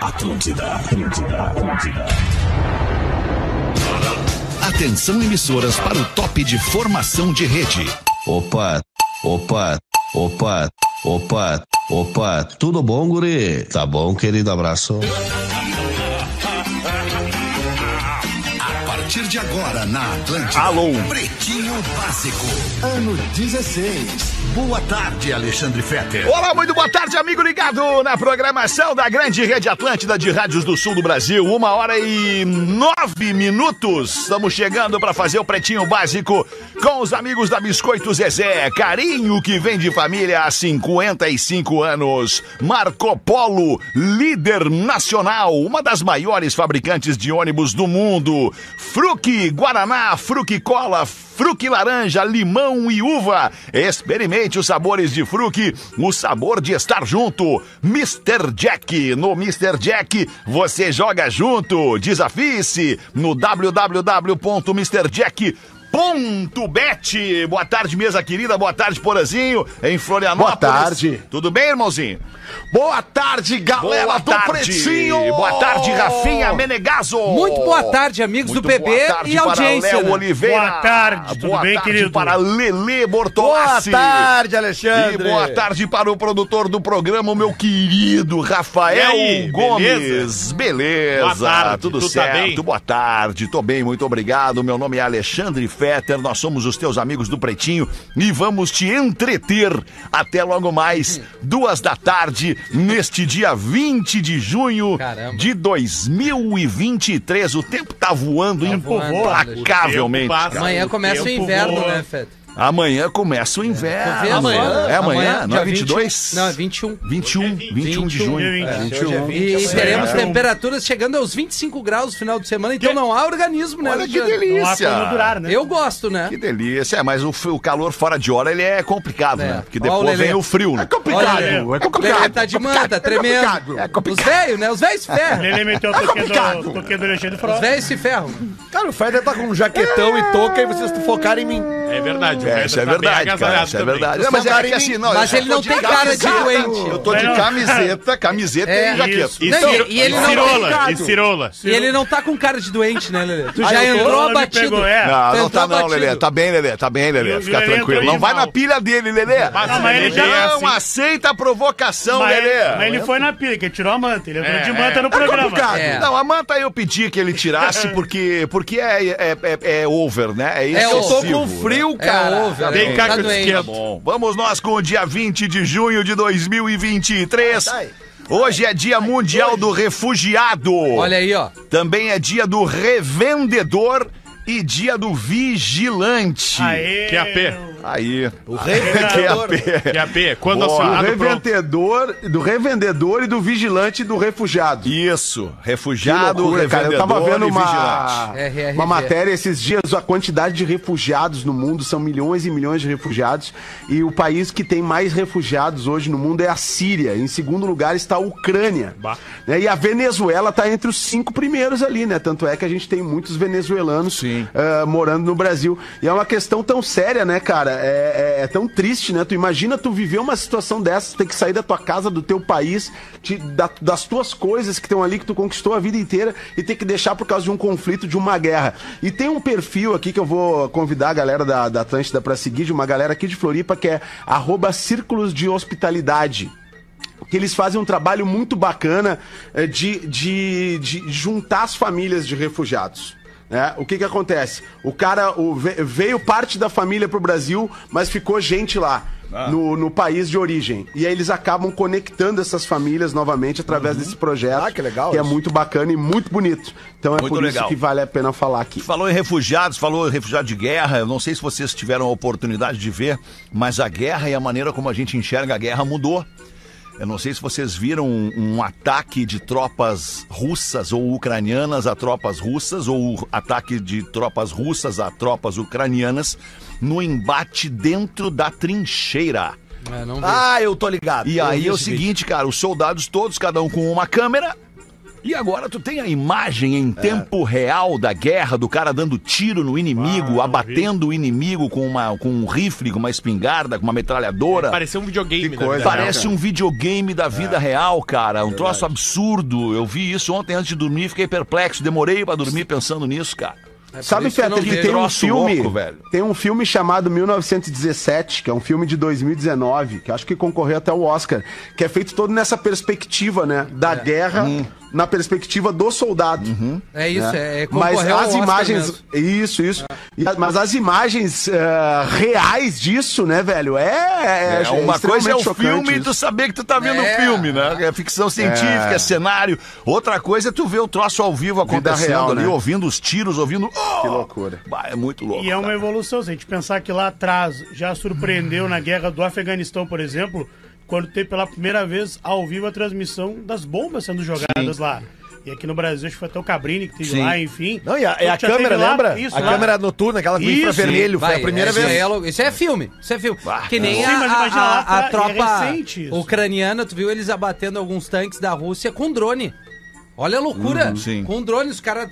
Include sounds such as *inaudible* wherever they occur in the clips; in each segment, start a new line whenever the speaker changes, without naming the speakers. Atlântida, Atlântida, Atlântida. Atenção emissoras para o top de formação de rede.
Opa, opa, opa, opa, opa. Tudo bom, guri? Tá bom, querido abraço.
A partir de agora na Atlântida.
Alô.
Pretinho Básico. Ano 16. Boa tarde, Alexandre Fetter.
Olá, muito boa tarde, amigo ligado na programação da grande rede Atlântida de rádios do sul do Brasil. Uma hora e nove minutos. Estamos chegando para fazer o Pretinho Básico com os amigos da Biscoito Zezé. Carinho que vem de família há 55 anos. Marco Polo, líder nacional, uma das maiores fabricantes de ônibus do mundo. Fruque Guaraná, Fruque Cola, Fruque Laranja, Limão e Uva. Experimente os sabores de fruque, o sabor de estar junto. Mr. Jack, no Mr. Jack você joga junto. Desafie-se no www.mrjack.com Ponto Bet. Boa tarde, mesa querida. Boa tarde, Porazinho, em Florianópolis.
Boa tarde.
Tudo bem, irmãozinho?
Boa tarde, galera
Boa
do
tarde.
Pretinho.
Boa tarde, Rafinha Menegaso.
Muito boa tarde, amigos
Muito
do BB
boa tarde
e
para
audiência.
Léo
né?
Oliveira. Ah,
Boa tarde, tudo
boa
bem,
tarde
querido?
para Lele
Boa
Bortolassi.
tarde,
Ah, E
Alexandre.
boa tarde para o produtor do programa, o meu querido Rafael
E aí,
Gomes. Beleza?
Boa tarde,
tudo
tu tá
certo?
bem?
Boa tarde, tô bem, muito obrigado. Meu nome é Alexandre Fetter, nós somos os teus amigos do Pretinho e vamos te entreter até logo mais, duas da tarde, neste dia 20 de junho
Caramba.
de 2023. O tempo tá voando
voando,
implacavelmente. cara.
Alexandre.
Amanhã
O
começa o
tempo
inverno,
voa.
né, Fed?
Amanhã começa o
Ah,
Tá
inverno.
vendo?
né?
Amanhã. É amanhã, não é
dia
22?
21. Não, é 21.
21,
é
21 de junho.
Hoje é 20.
um.
Hoje é 20.
E teremos
É.
temperaturas chegando aos 25 graus no final de semana, então não há organismo, né?
Olha que
Alexandre?
Não há como
delícia.
durar, né?
Eu gosto, né?
Que delícia. É, mas o, f- o calor fora de hora ele é complicado,
É.
né? Porque
Ó,
depois
o Lelê.
vem o frio, né?
complicado,
Olha,
é
O Lelê tá de manta, tremendo.
É
Os velhos, né? Os velhos se ferram.
Ele meteu o toquinho do, toquinho do Alexandre
Tá Os
Frota.
velhos se ferram.
Cara, o Feder tá com um jaquetão e touca e vocês focaram em mim.
É verdade.
É,
Tá
isso é verdade, cara. Isso é verdade. Não, mas é que assim, não,
Mas
eu
ele
tô
não
de
tem cara de
camiseta.
doente.
Eu tô de
Não.
camiseta, camiseta
É,
e jaqueta.
isso.
E,
Não,
ciro-
e ele não
cirola,
tem
e cirola.
E ele não tá com cara de doente, né, Lelê? Tu já
Aí o
entrou
Lula me
abatido.
pegou, é.
Não, não
Tentou
tá não,
abatido.
Lelê. Tá bem, Lelê. Tá bem, Lelê.
E o
Fica
Lelê
tranquilo.
entrou
Não vai
animal.
na pilha dele, Lelê.
Mas
mas ele já-
é assim.
Não aceita a provocação,
Mas,
Lelê.
mas ele foi na pilha, que tirou a manta. Ele entrou
É,
de manta
Tá
no
É
programa.
complicado.
É.
Não, a manta eu pedi que ele
*laughs*
tirasse porque, porque é, é, é- é over, né? É
É, eu tô
excessivo.
com
né?
Frio,
É,
cara.
ouve,
Vem
é,
cá
tá
que eu te
doente.
esquento.
Bom, vamos nós com o dia 20 de junho de 2023. Hoje é dia mundial do refugiado.
Olha aí, ó.
Também é dia do revendedor e dia do vigilante.
Aê,
Que AP.
Aí. O *laughs*
revendedor.
Que AP, quando
Boa.
Ah,
Do
assinado pronto.
revendedor, do revendedor e do vigilante e do refugiado.
Isso,
Que
refugiado,
loucura, cara.
revendedor
Eu tava vendo
e
uma,
vigilante.
RRV.
uma matéria esses dias, a quantidade de refugiados no mundo, são milhões e milhões de refugiados, e o país que tem mais refugiados hoje no mundo é a Síria, em segundo lugar está a Ucrânia,
Bah.
né? e a Venezuela está entre os cinco primeiros ali, né, tanto é que a gente tem muitos venezuelanos
Sim.
ah, morando no Brasil, e é uma questão tão séria, né, cara, é, é- é tão triste, né, tu imagina tu viver uma situação dessa, ter que sair da tua casa, do teu país, te- da- das tuas coisas que estão ali, que tu conquistou a vida inteira, e ter que deixar por causa de um conflito, de uma guerra. E tem um perfil aqui que eu vou convidar a galera da, da Atlântida pra seguir, de uma galera aqui de Floripa, que é arroba círculos de hospitalidade que eles fazem um trabalho muito bacana eh, de, de, de juntar as famílias de refugiados. né? O que, que acontece? O cara o ve- veio parte da família pro Brasil, mas ficou gente lá.
Ah.
No, no país de origem. E aí eles acabam conectando essas famílias novamente através desse projeto.
Ah, que legal
é
isso.
muito bacana e muito bonito. Então é
Muito
por
legal.
isso que vale a pena falar aqui.
Falou em refugiados, falou em refugiado de guerra. Eu não sei se vocês tiveram a oportunidade de ver, mas a guerra e a maneira como a gente enxerga a guerra mudou. Eu não sei se vocês viram um, um ataque de tropas russas ou ucranianas a tropas russas, ou o ataque de tropas russas a tropas ucranianas, no embate dentro da trincheira.
É, não vi.
Ah, eu tô ligado.
E aí é o seguinte, cara, os soldados todos, cada um com uma câmera, E agora tu tem a imagem
É.
em tempo real da guerra, do cara dando tiro no
Ah,
inimigo, abatendo o inimigo com, uma, com um rifle, com uma espingarda, com uma
É,
metralhadora.
Pareceu um videogame. na
Que coisa,
verdade.
Parece um videogame da vida real, cara. Um troço absurdo. Eu vi isso ontem antes de dormir, fiquei perplexo. Demorei pra dormir pensando nisso, cara.
É por
Sabe,
isso que eu
Fetter,
não
que,
vejo.
tem um
troço
filme.
louco, velho.
Tem um filme chamado 1917, que é um filme de 2019, que acho que concorreu até o Oscar, que é feito todo nessa perspectiva, né? Da guerra. Na perspectiva do soldado.
É Uhum. isso,
né?
é, é
Mas
concorreu ao
as
Oscar
imagens.
mesmo. É.
Isso, isso. E a- Mas as imagens eh, reais disso, né, velho? É.
É, uma coisa é
extremamente
o
chocante
filme e
isso.
tu saber que tu tá vendo o
É.
filme, né? É ficção científica, é. cenário. Outra coisa é tu ver o troço ao vivo acontecendo
real,
ali,
né?
ouvindo os tiros, ouvindo. Que
loucura.
é muito louco.
E é uma
cara.
evolução. Se a gente pensar que lá atrás já surpreendeu na guerra do Afeganistão, por exemplo, quando teve pela primeira vez ao vivo a transmissão das bombas sendo jogadas lá. E aqui no Brasil, acho que foi até o Cabrini que teve lá, enfim.
Não, e a, é a
Já teve
câmera,
lá-
lembra?
Isso,
a
né?
lá.
câmera noturna, aquela com
Isso,
infravermelho. Foi
Vai,
a primeira
esse
vez.
é lo- isso é filme, isso é filme. que nem
Sim,
a,
mas imagina
a-
lá
a
atrás, é
tropa
recente isso.
ucraniana, tu viu eles abatendo alguns tanques da Rússia com drone. Olha a loucura.
Uhum,
sim.
Com drone, os caras...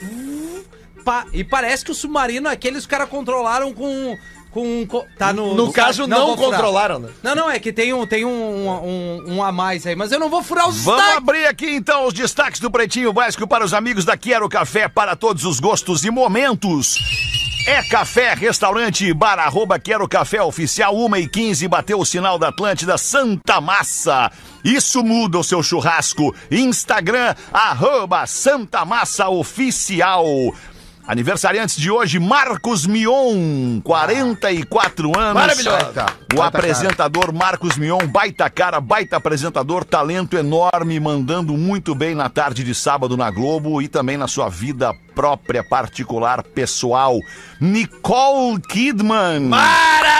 Pa- E parece que o submarino, aquele, os caras controlaram com... Com, com- tá no,
No caso, não
vou furar.
controlaram, né?
Não, não, é que tem um, tem um, um, um a mais aí, mas eu não vou furar os
Vamos
destaques.
abrir aqui então os destaques do Pretinho Básico para os amigos da Quero Café para todos os gostos e momentos. É café, restaurante, e bar, arroba Quero Café Oficial, 1 e 15 bateu o sinal da Atlântida, Santa Massa. Isso muda o seu churrasco. Instagram, arroba Santa Massa Oficial. Aniversariantes de hoje, Marcos Mion, 44 anos.
Maravilhoso.
Baita, O apresentador Marcos Mion, baita cara, baita apresentador, talento enorme, mandando muito bem na tarde de sábado na Globo e também na sua vida própria, particular, pessoal. Nicole Kidman.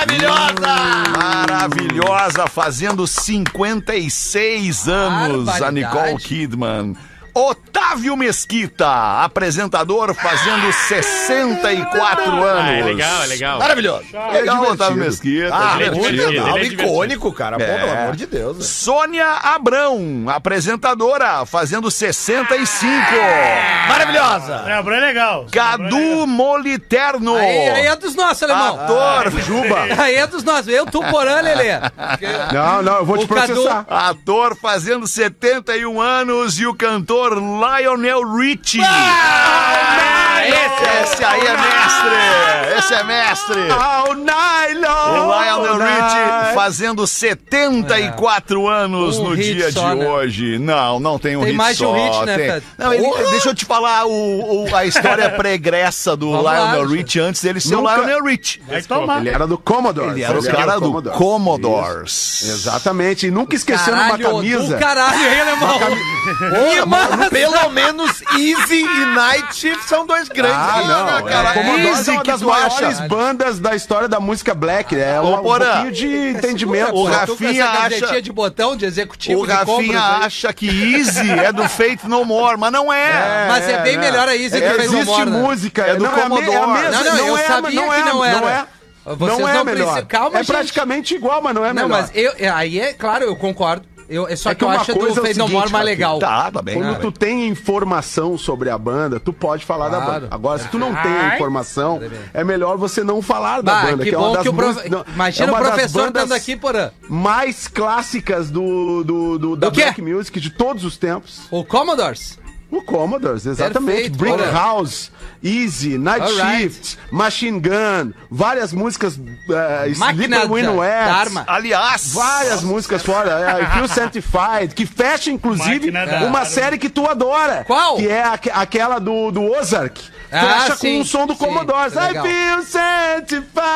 Maravilhosa!
Maravilhosa, fazendo 56 anos, a
Barbaridade.
Nicole Kidman. Otávio Mesquita, apresentador, fazendo 64 anos.
Ah, é legal, é legal.
Hum. Maravilhosa.
Legal, Otávio Mesquita.
Ah,
ele é
muito
divertido,
legal.
ele é divertido.
Icônico, cara. Pô,
É.
pelo amor de Deus. né?
Sônia Abrão, apresentadora, fazendo 65.
Ah.
Maravilhosa.
Lembra, é legal.
Cadu Moliterno.
Aí, aí é dos nossos, alemão.
Ah,
Ator, Juba.
Aí é dos nossos. Eu,
*laughs*
Tuporã, Lelê.
Não, não, eu vou
O
te processar.
Ator fazendo 71 anos e o cantor Lionel Richie.
Ah,
Ah, esse, esse aí é mestre! Esse é mestre!
Ah,
Ao
O
nylon!
Lionel Richie fazendo 74 anos
Um
no
hit
dia
só,
de
né?
hoje. Não, não tem um
Tem
hit
mais de
só.
um hit, né,
tem-
Fred?
Não, ele- deixa eu te falar o- o- a
*laughs*
história pregressa do
Vamos lá,
Lionel
gente.
Richie antes dele ser
Nunca-
o Lionel Richie.
Vai tomar.
Ele é era do Commodore.
Era o cara do
Commodore.
Ah!
Commodores.
Exatamente. E nunca esquecendo uma
Caralho,
camisa.
do caralho, hein, alemão?
Pô,
massa.
mano, pelo menos Easy e Night Shift são dois grandes.
Ah,
hits,
não.
né,
é.
cara?
Commodore
Easy
é uma
que
das
tu
maiores
acha.
bandas da história da música black. É um,
Ô,
um
Porã, *laughs*
pouquinho de entendimento.
o
Segura,
Rafinha
tu com essa
acha-
camisetinha de botão de executivo
O
Tipo de compras
Rafinha
aí.
acha que Easy é do Faith No More, mas não é.
Mas é, bem melhor a Easy que
É,
fez o
existe
Mora.
música.
É do
não, é a me- é a
Commodore.
mesma-
Não, não, eu
é,
sabia que não
Não
era.
é,
Vocês
não é
não
melhor.
precisam- calma,
é
gente.
praticamente igual, mas não é
Não,
melhor.
mas eu, é, aí é claro, eu concordo. Eu, é só
É
que,
que
eu
uma
acho do
coisa é o
Fez No
seguinte,
More mais
Rafinha,
legal.
Tá, tá bem.
Ah,
Quando
tá
tu
bem.
tem informação sobre a banda, tu pode falar da
Claro.
banda. Agora, se tu não tem a informação, é melhor você não falar da
Bah,
banda.
que
é uma
bom
das
que o prof...
mus- não,
Imagina
é
o
uma das
professor
bandas
estando aqui, porã.
mais clássicas do, do, do- da
Do quê?
Black Music de todos os tempos.
O Commodores.
O Commodores, exatamente.
Perfeito,
Brick
olha.
House, Easy, Night
Alright.
Shift, Machine Gun, várias músicas uh,
Máquina
Sleeper Win
da- da arma.
Aliás, uh,
Várias músicas fora, é, I Feel Sanctified, que fecha inclusive
Máquina da
uma
Arma.
série que tu adora.
Qual?
Que é aque- aquela do, do Ozark.
Ah,
fecha
sim,
com o som do
sim,
Commodores.
é
I
legal.
Feel
É,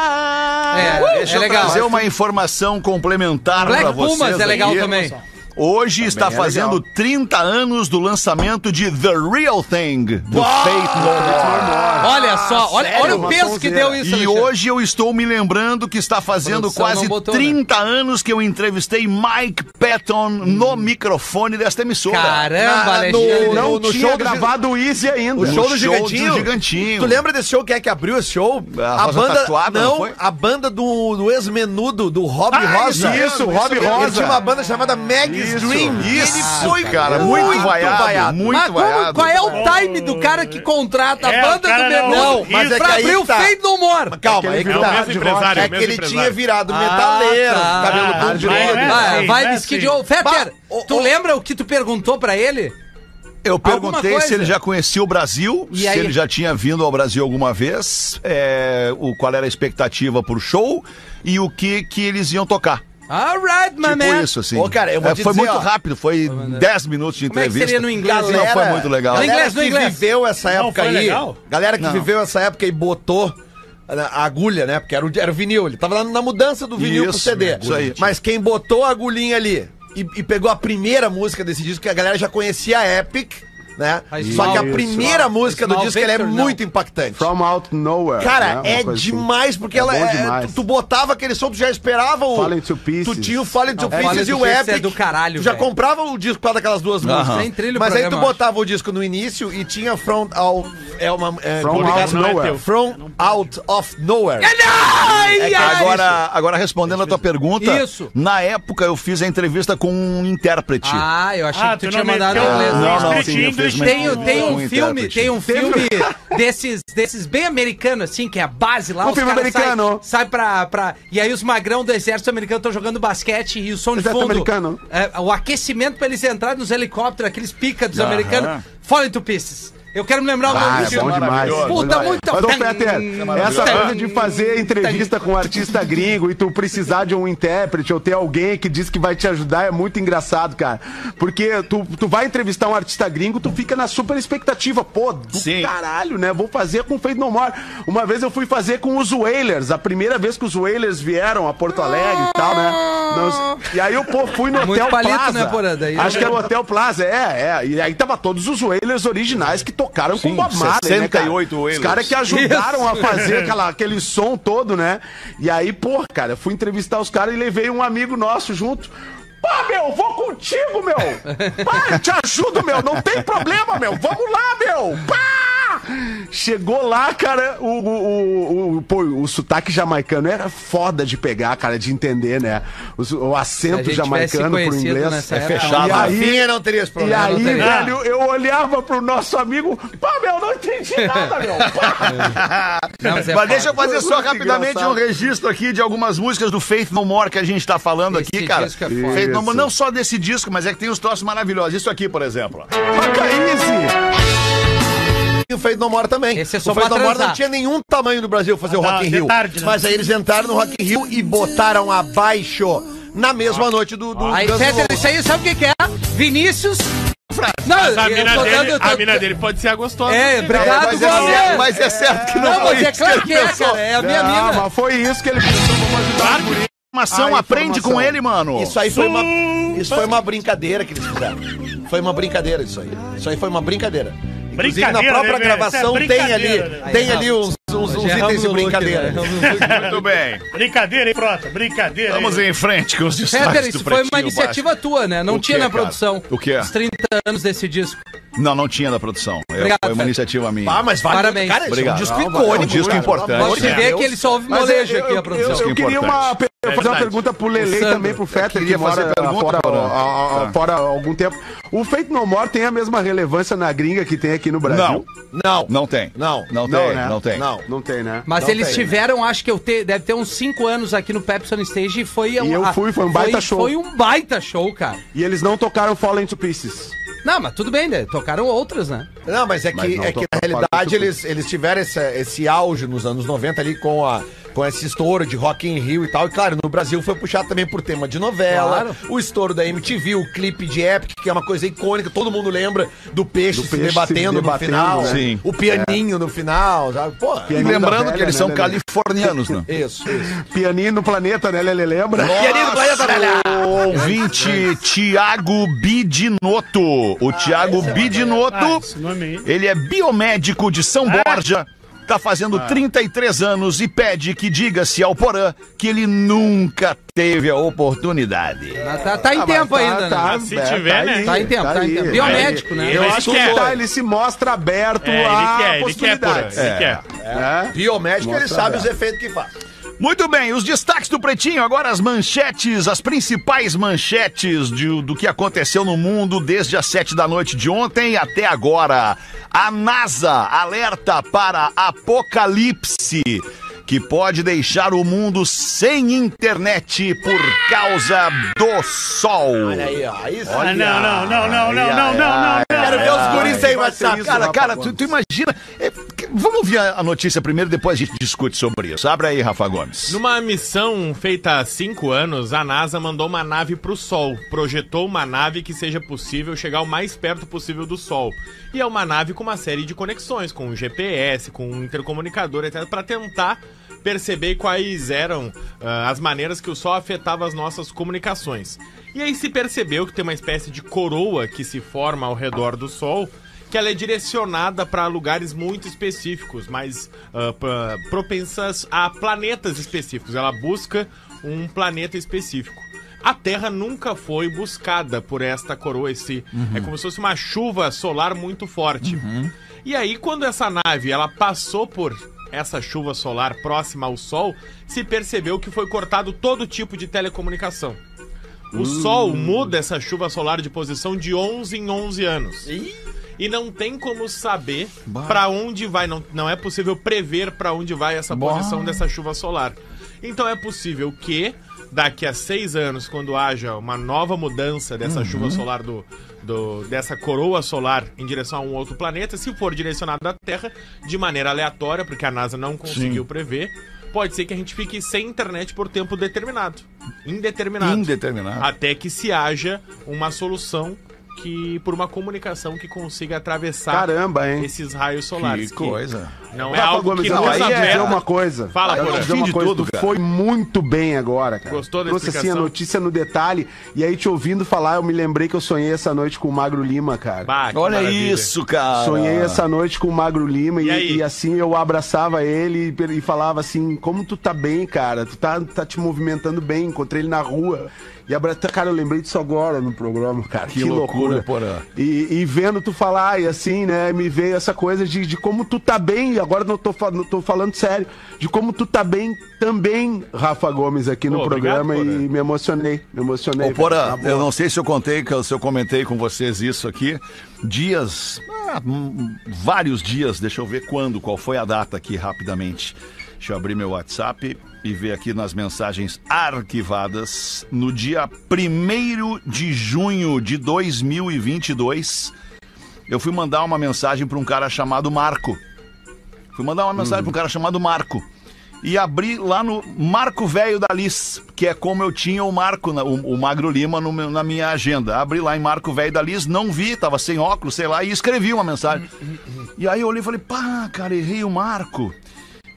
Sanctified.
é
deixa eu
legal.
trazer uma informação complementar
Black
pra vocês.
Pumas é legal
aí.
também.
Hoje está
é
fazendo 30 anos do lançamento de The Real Thing do Faith No More.
Olha só, olha,
Ah, sério?
olha o
Uma
peso que deu isso,
E
Alexandre.
hoje eu estou me lembrando que está fazendo
Produção
quase
não botou, né?
30 anos que eu entrevistei Mike Patton
Hum.
no microfone desta emissora.
Caramba,
Na- no-
Alexandre.
Não
No- no
tinha
show do-
gravado o Easy ainda.
O
No
show, do,
show do
Gigantinho.
Gigantinho.
Tu lembra desse show? Quem é que abriu esse show?
A Rosa Tatuada, não
não,
foi?
a banda do, do ex-menudo, do Rob
Ah,
Rosa.
isso, isso,
Rob
isso mesmo.
Ele tinha uma banda chamada Maggie
Isso.
Dream.
Isso, cara, muito vaiado, muito
mas como-
vaiado.
Qual é o time do cara que contrata
É,
a
o
banda
cara
do Mengão
não, mas
é
pra
que aí
abrir o
tá.
Fade No More?
Calma, é que,
virou
tá.
hard rock.
empresário,
é que
mesmo
ele
empresário.
tinha virado
Ah,
metaleiro,
tá.
cabelo
Ah,
comprido.
mas é-
Ah,
Sim,
vai
né,
de
sim.
Joe. Fetter,
Bah,
tu
o- o-
lembra o que tu perguntou pra ele?
Eu perguntei
Alguma
se
coisa.
ele já conhecia o Brasil,
E
se
aí?
ele já tinha vindo ao Brasil alguma vez, é, o, qual era a expectativa pro show e o que, que eles iam tocar.
Alright, my
Tipo
man.
isso, assim.
Ô, cara, eu vou
É,
te
foi
dizer,
muito
ó.
rápido, foi 10 minutos de
Como é que
entrevista.
seria no inglês,
Não,
hein?
foi muito legal.
No
Galera
inglês, no
que
inglês.
viveu essa
Não,
época
foi
aí.
legal?
Galera que
Não.
viveu essa época e botou a agulha, né? Porque era o, era o vinil. Ele tava lá na mudança do vinil pro
Isso, é,
CD.
isso aí.
Mas quem botou a agulhinha ali e, e pegou a primeira música desse disco, que a galera já conhecia a Epic, né?
A
Só
Small-
que a primeira
Small-
música do
Small
disco ela é
Victor, não.
muito impactante.
From Out Nowhere.
Cara,
né? Uma
é
coisa assim.
demais, porque ela
bom
é-
demais.
Tu, tu botava aquele som, tu já esperava o.
Fallen to Pieces.
Tu tinha o Fallen to
Não,
Pieces
Fallen
e
to
o
Pieces
Epic.
é do caralho,
Tu já
velho.
comprava o disco por causa daquelas duas músicas.
Tem trilha o
Mas aí tu
programa, acho.
botava o disco no início e tinha From Out. É uma. É,
From
como é que é?
Out Nowhere.
From Out of Nowhere.
Ai,
É que
ai.
agora, agora respondendo a tua pergunta,
Isso.
na época eu fiz a entrevista com um intérprete.
Ah, eu achei
Ah,
que tu
tu
tinha
não
mandado em
meteu-
inglês.
Ah,
né?
não, não.
Tem, tem um
intérprete.
filme, tem um
*laughs*
filme desses, desses bem americano, assim, que é a base lá.
Um
os
filme
caras saem-
americano.
Sai pra, pra. E aí os magrão do exército americano estão jogando basquete e o som de
Exército
fundo.
americano.
É, o aquecimento pra eles entrarem nos helicópteros, aqueles pica dos
Aham.
americanos. Fallen to pieces. Eu quero me lembrar o nome
Ah,
do
é bom
filme.
demais.
Maravilhoso.
Puta,
Demais.
muito
Mas, ô,
bem.
Peter, essa coisa de fazer entrevista com um artista gringo e tu precisar de um intérprete ou ter alguém que diz que vai te ajudar é muito engraçado, cara. Porque tu, tu vai entrevistar um artista gringo, tu fica na super expectativa. Pô, do
Sim.
caralho, né? Vou fazer com o Fade No More. Uma vez eu fui fazer com os Whalers, a primeira vez que os Whalers vieram a Porto Alegre e tal, né? Não- e aí eu, pô, fui no
Muito
Hotel
palito,
Plaza.
né, Porã? Daí-
Acho que era o Hotel Plaza, é, é. E aí tava todos os Whalers
É.
originais que tocaram com Bob Marley, né, cara?
68
Os
Wailers.
caras que ajudaram a fazer aquela- aquele som todo, né? E aí, pô, cara, eu fui entrevistar os caras e levei um amigo nosso junto. Pá, meu, vou contigo, meu! Pá, eu te ajudo, meu, não tem problema, meu! Vamos lá, meu! Pá! Chegou lá, cara, o, o, o, o, pô, o sotaque jamaicano era foda de pegar, cara, de entender, né? Os- O,
Se a
acento
gente
jamaicano pro
tivesse conhecido
inglês.
nessa época,
E
fechado.
né?
aí,
não teria esse
e aí,
tem.
velho, eu olhava pro nosso amigo, pá, meu, não entendi
*laughs*
nada, meu. Pá.
Não, mas é
Mas deixa eu
foda.
fazer só
Muito
rapidamente
engraçado.
um registro aqui de algumas músicas do Faith No More que a gente tá falando
Esse
aqui, cara.
disco é foda.
Faith No More,
Isso.
não só desse disco, mas é que tem os troços maravilhosos. Isso aqui, por exemplo.
Macaíse.
E o Fade No More também.
Esse é só
o Fade
pra
No More
transar.
não tinha nenhum tamanho no Brasil fazer o
Tá
Ah,
Rock in
de
Rio.
tarde, né?
Mas aí eles entraram no Rock in Rio e botaram abaixo na mesma noite do,
um
do
Aí,
Guns N'
Fetter, isso aí sabe o que, que é? Vinícius. Não,
A
eu
mina,
tô
dele,
dando-
a
tô-
mina dele pode ser a gostosa.
É, obrigado,
mas, é,
Guilherme.
mas é certo que não,
Não,
foi
mas é
isso que
claro
ele
que é,
pensou.
cara. É a minha
Ah,
mina.
mas foi isso que ele pensou, vamos ajudar.
Informação,
Ah,
aprende
informação.
com ele, mano.
Isso aí foi uma, isso foi uma brincadeira que eles fizeram. Foi uma brincadeira isso aí. Isso aí foi uma brincadeira. Inclusive na
Brincadeira,
própria
né,
gravação
velho? Isso é
tem ali,
brincadeira, né?
tem ali uns, uns, uns
Já erramos
itens de
o look,
brincadeira.
é né? Erramos o look.
Muito bem.
Brincadeira, hein, Frota? Brincadeira.
Vamos
hein?
em frente com os
Peter,
destaques
isso
do
foi
Pretinho
uma iniciativa
Básico.
tua, né? Não
O
tinha
quê,
na
cara?
produção.
O quê?
Os 30 anos desse disco.
Não, não tinha da produção. É,
Obrigado,
foi uma
Fred.
iniciativa minha.
Ah, mas vale.
Parabéns.
Cara, isso é um
Obrigado.
disco
É
icônico.
um disco
cara.
importante.
Pode
de
ver
Deus. é,
que ele só ouve
Mas
molejo
eu-
aqui,
eu-
a produção.
Eu, eu queria uma,
Importante.
eu fazer uma
verdade.
pergunta pro Lele e
Sandro.
também pro Fetter, que
queria fazer
mora
pergunta,
fora,
Porã.
a- a-
Tá.
fora há algum tempo. O Feito No More tem a mesma relevância na gringa que tem aqui
Não,
no Brasil?
Não.
não tem.
Não.
não
Não,
tem.
né?
Não tem.
Não.
Não tem, né?
Mas
Não
eles
tem,
tiveram, acho que eu te, deve ter uns 5 anos aqui no Pepsi on Stage e foi... E
eu fui, foi um baita show.
Foi um baita show, cara.
E eles não tocaram Fallen to Pieces.
Não, mas tudo bem, né? Tocaram outras, né?
Não, mas é que,
Mas não
é
tô-
que na
tô-
realidade
tô-
eles, eles tiveram essa- esse auge nos anos 90 ali com, a, com esse estouro de Rock in Rio e tal. E claro, no Brasil foi puxado também por tema de novela,
Claro.
o estouro da MTV, o clipe de Epic, que é uma coisa icônica, todo mundo lembra do peixe,
Do
se,
peixe se
debatendo no
debatendo,
final,
né?
Sim.
o pianinho no final, sabe? Pô,
E
Pianinho da
lembrando
velha,
que eles
né,
são
Lelê?
californianos,
*laughs*
né?
isso, isso.
Pianinho no planeta, né, Lele? Lembra?
Tá
Pianinho do planeta, velho.
O ouvinte Tiago Bidinotto. O Tiago
Ah,
Bidinotto,
esse nome aí.
ele é biomédico de São Borja. Tá fazendo 33 anos e pede que diga-se ao Porã que ele nunca teve a oportunidade.
Tá, tá- tá em
Ah,
tempo ainda, né?
Mas se tiver, né?
Tá em tempo, tá em tempo. Biomédico, né?
Eu
Ele
acho que
quer.
tá, ele se mostra aberto
É, ele
a
quer, ele quer, porra. É.
possibilidades.
Ele quer.
né?
Biomédico, ele
Mostra
sabe
dela.
os efeitos que faz.
Muito bem, os destaques do Pretinho, agora as manchetes, as principais manchetes de- do que aconteceu no mundo desde as sete da noite de ontem até agora. A NASA alerta para apocalipse que pode deixar o mundo sem internet por causa do sol.
Ah, não, não, não, não, não, não, não, não,
Quero ver os guris sem
vai ser
WhatsApp.
isso,
tá, Cara,
Rafa
cara, tu,
Gomes.
tu imagina. é, que- vamos ouvir a, a notícia primeiro, depois a gente discute sobre isso. Abra aí, Rafa Gomes.
Numa missão feita há cinco anos, a NASA mandou uma nave para o Sol. Projetou uma nave que seja possível chegar o mais perto possível do Sol. E é uma nave com uma série de conexões, com GPS, com um intercomunicador, etc., para tentar perceber quais eram ah, as maneiras que o Sol afetava as nossas comunicações. E aí se percebeu que tem uma espécie de coroa que se forma ao redor do Sol que ela é direcionada para lugares muito específicos, mas ah, pra- propensas a planetas específicos. Ela busca um planeta específico. A Terra nunca foi buscada por esta coroa, esse é como se fosse uma chuva solar muito forte. E aí quando essa nave ela passou por essa chuva solar próxima ao Sol, se percebeu que foi cortado todo tipo de telecomunicação. O Sol muda essa chuva solar de posição de 11 em 11 anos. E não tem como saber pra onde vai, não, não é possível prever pra onde vai essa posição dessa chuva solar. Então é possível que daqui a seis anos, quando haja uma nova mudança dessa chuva solar do, do- dessa coroa solar em direção a um outro planeta, se for direcionado à Terra de maneira aleatória, porque a NASA não conseguiu prever, pode ser que a gente fique sem internet por tempo determinado, indeterminado.
Indeterminado.
Até que se haja uma solução que por uma comunicação que consiga atravessar
Caramba, hein?
esses raios solares. Que Não é
Rafa
algo
Gomes,
que
não,
nos
aí é dizer
afeta.
uma coisa.
Fala,
eu
Porã.
vou dizer
Fim
uma
de
coisa.
tudo,
tu
cara.
foi muito bem agora, cara.
Gostou da
Trouxe assim a
explicação?
notícia no detalhe. E aí, te ouvindo falar, eu me lembrei que eu sonhei essa noite com o Magro Lima, cara.
Bah, que
Olha
maravilha.
isso, cara.
Ah.
Sonhei essa noite com o Magro Lima e,
E aí?
e assim eu abraçava ele e per- e, falava assim: Como tu tá bem, cara? Tu tá, tá te movimentando bem. Encontrei ele na rua. E abraçava. Cara, eu lembrei disso agora no programa, cara. Que, loucura. E, e vendo tu falar e assim, né? Me veio essa coisa de, de como tu tá bem. E agora não tô, fa- não tô falando sério. De como tu tá bem também, Rafa Gomes, aqui no
Pô, obrigado,
programa.
Porã.
e me emocionei. Me emocionei. Tá
Ô, Porã,
velho, na
eu
boa.
não sei se eu contei, que eu- se eu comentei com vocês isso aqui. Dias, ah, hum, vários dias, deixa eu ver quando, qual foi a data aqui rapidamente. Deixa eu abrir meu WhatsApp e ver aqui nas mensagens arquivadas. No dia 1 de junho de 2022, eu fui mandar uma mensagem para um cara chamado Marco. Fui mandar uma
Hum.
mensagem para um cara chamado Marco. E abri lá no Marco Velho da Liz, que é como eu tinha o Marco, na- o, o Magro Lima no meu- na minha agenda. Abri lá em Marco Velho da Liz, não vi, tava sem óculos, sei lá, e escrevi uma mensagem. E aí eu olhei e falei, pá, cara, errei o Marco.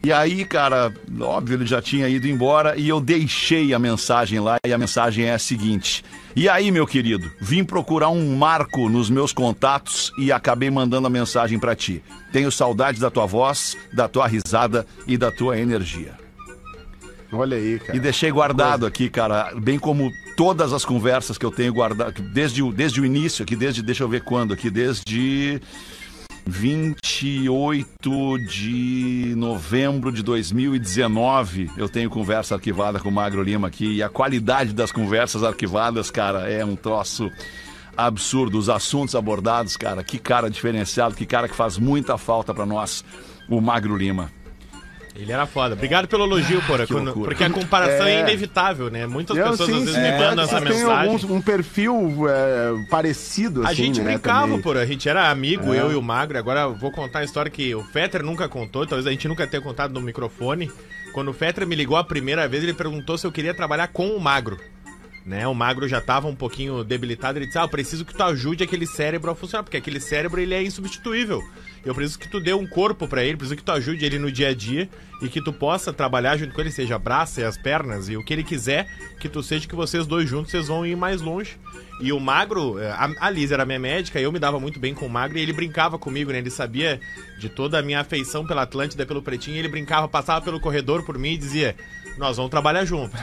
E aí, cara, óbvio, ele já tinha ido embora e eu deixei a mensagem lá e a mensagem é a seguinte. E aí, meu querido, vim procurar um marco nos meus contatos e acabei mandando a mensagem pra ti. Tenho saudade da tua voz, da tua risada e da tua energia.
Olha aí, cara.
E deixei guardado aqui, cara, bem como todas as conversas que eu tenho guardado, que desde, o- desde o início aqui, desde, deixa eu ver quando aqui, desde 28 de novembro de 2019, eu tenho conversa arquivada com o Magro Lima aqui, e a qualidade das conversas arquivadas, cara, é um troço absurdo. Os assuntos abordados, cara, que cara diferenciado, que cara que faz muita falta pra nós, o Magro Lima.
Ele era foda. Obrigado pelo elogio, Porã. quando-
loucura.
porque a comparação é, inevitável, né? Muitas
Eu,
pessoas
sim,
às vezes
sim,
me mandam
é,
essa
vocês têm
mensagem.
alguns- um perfil é, parecido, assim,
A gente
né,
brincava,
também. É.
Porã. A gente era amigo, eu e o Magro. Agora eu vou contar a história que o Fetter nunca contou, talvez a gente nunca tenha contado no microfone. Quando o Fetter me ligou a primeira vez, ele perguntou se eu queria trabalhar com o Magro. Né, o magro já tava um pouquinho debilitado. Ele disse: Ah, eu preciso que tu ajude aquele cérebro a funcionar, porque aquele cérebro ele é insubstituível. Eu preciso que tu dê um corpo pra ele, preciso que tu ajude ele no dia a dia e que tu possa trabalhar junto com ele, seja braço e as pernas e o que ele quiser, que tu seja que vocês dois juntos vocês vão ir mais longe. E o magro, eh, a, a Liz era minha médica, eu me dava muito bem com o magro e ele brincava comigo, né? Ele sabia de toda a minha afeição pela Atlântida, pelo Pretinho, e ele brincava, passava pelo corredor por mim e dizia: Nós vamos trabalhar junto.